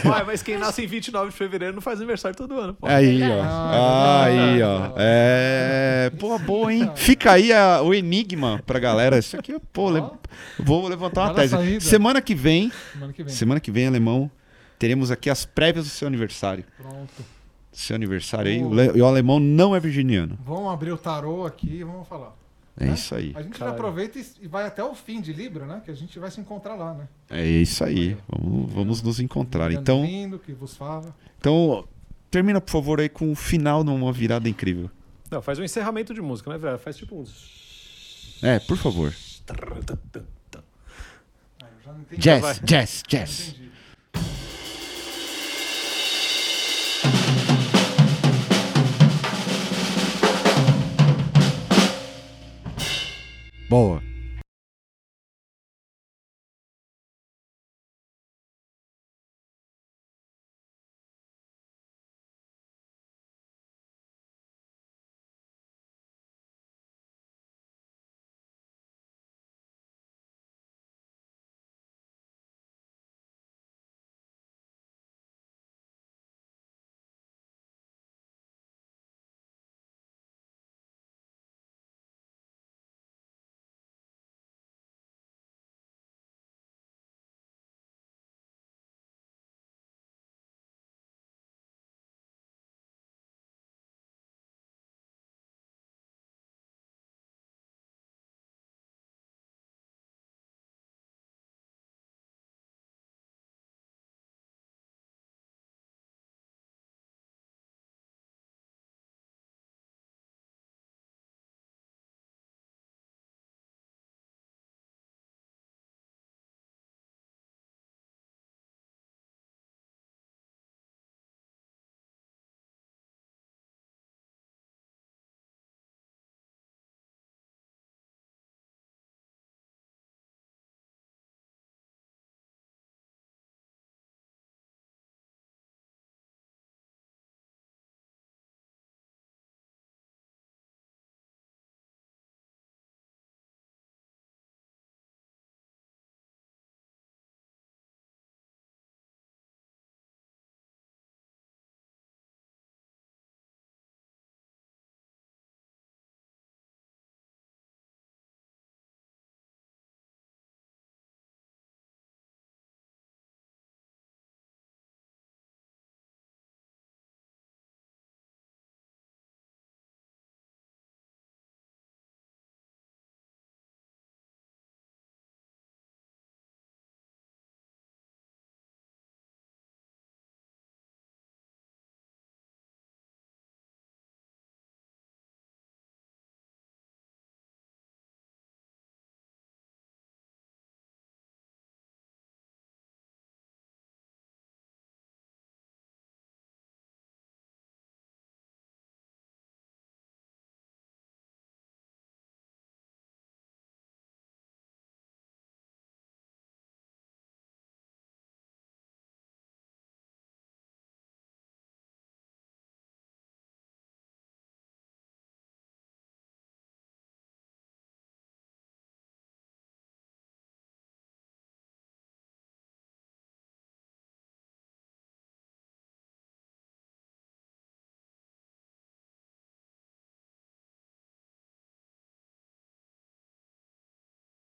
[SPEAKER 6] Vai, mas quem nasce em 29 de fevereiro não faz aniversário todo ano, pô. é
[SPEAKER 2] Aí, ó.
[SPEAKER 3] Ah,
[SPEAKER 2] aí, ó. É. Pô, boa, hein? Fica aí a- o enigma pra galera. Isso aqui, pô, le- vou levantar uma
[SPEAKER 3] Para a
[SPEAKER 2] tese.
[SPEAKER 3] saída.
[SPEAKER 2] Semana que vem,
[SPEAKER 3] Semana que vem.
[SPEAKER 2] semana que vem, alemão, teremos aqui as prévias do seu aniversário.
[SPEAKER 3] Pronto.
[SPEAKER 2] Seu aniversário aí.
[SPEAKER 3] O-
[SPEAKER 2] O le- E o alemão não é virginiano.
[SPEAKER 3] Vamos abrir o tarô aqui e vamos falar.
[SPEAKER 2] É
[SPEAKER 3] Né?
[SPEAKER 2] isso aí.
[SPEAKER 3] A gente já
[SPEAKER 6] Caralho.
[SPEAKER 3] aproveita e e vai até o fim de Libra, né? Que a gente vai se encontrar lá, né?
[SPEAKER 2] É isso aí. Vamos, vamos nos encontrar. Então,
[SPEAKER 3] Lindo, que vos fala.
[SPEAKER 2] então, termina, por favor, aí com o final numa virada incrível.
[SPEAKER 6] Não, faz um encerramento de música, né, velho? Faz tipo um.
[SPEAKER 2] É, por favor.
[SPEAKER 3] Ah, eu já não entendi.
[SPEAKER 2] Jazz, jazz, jazz.
[SPEAKER 3] Entendi.
[SPEAKER 2] Boa.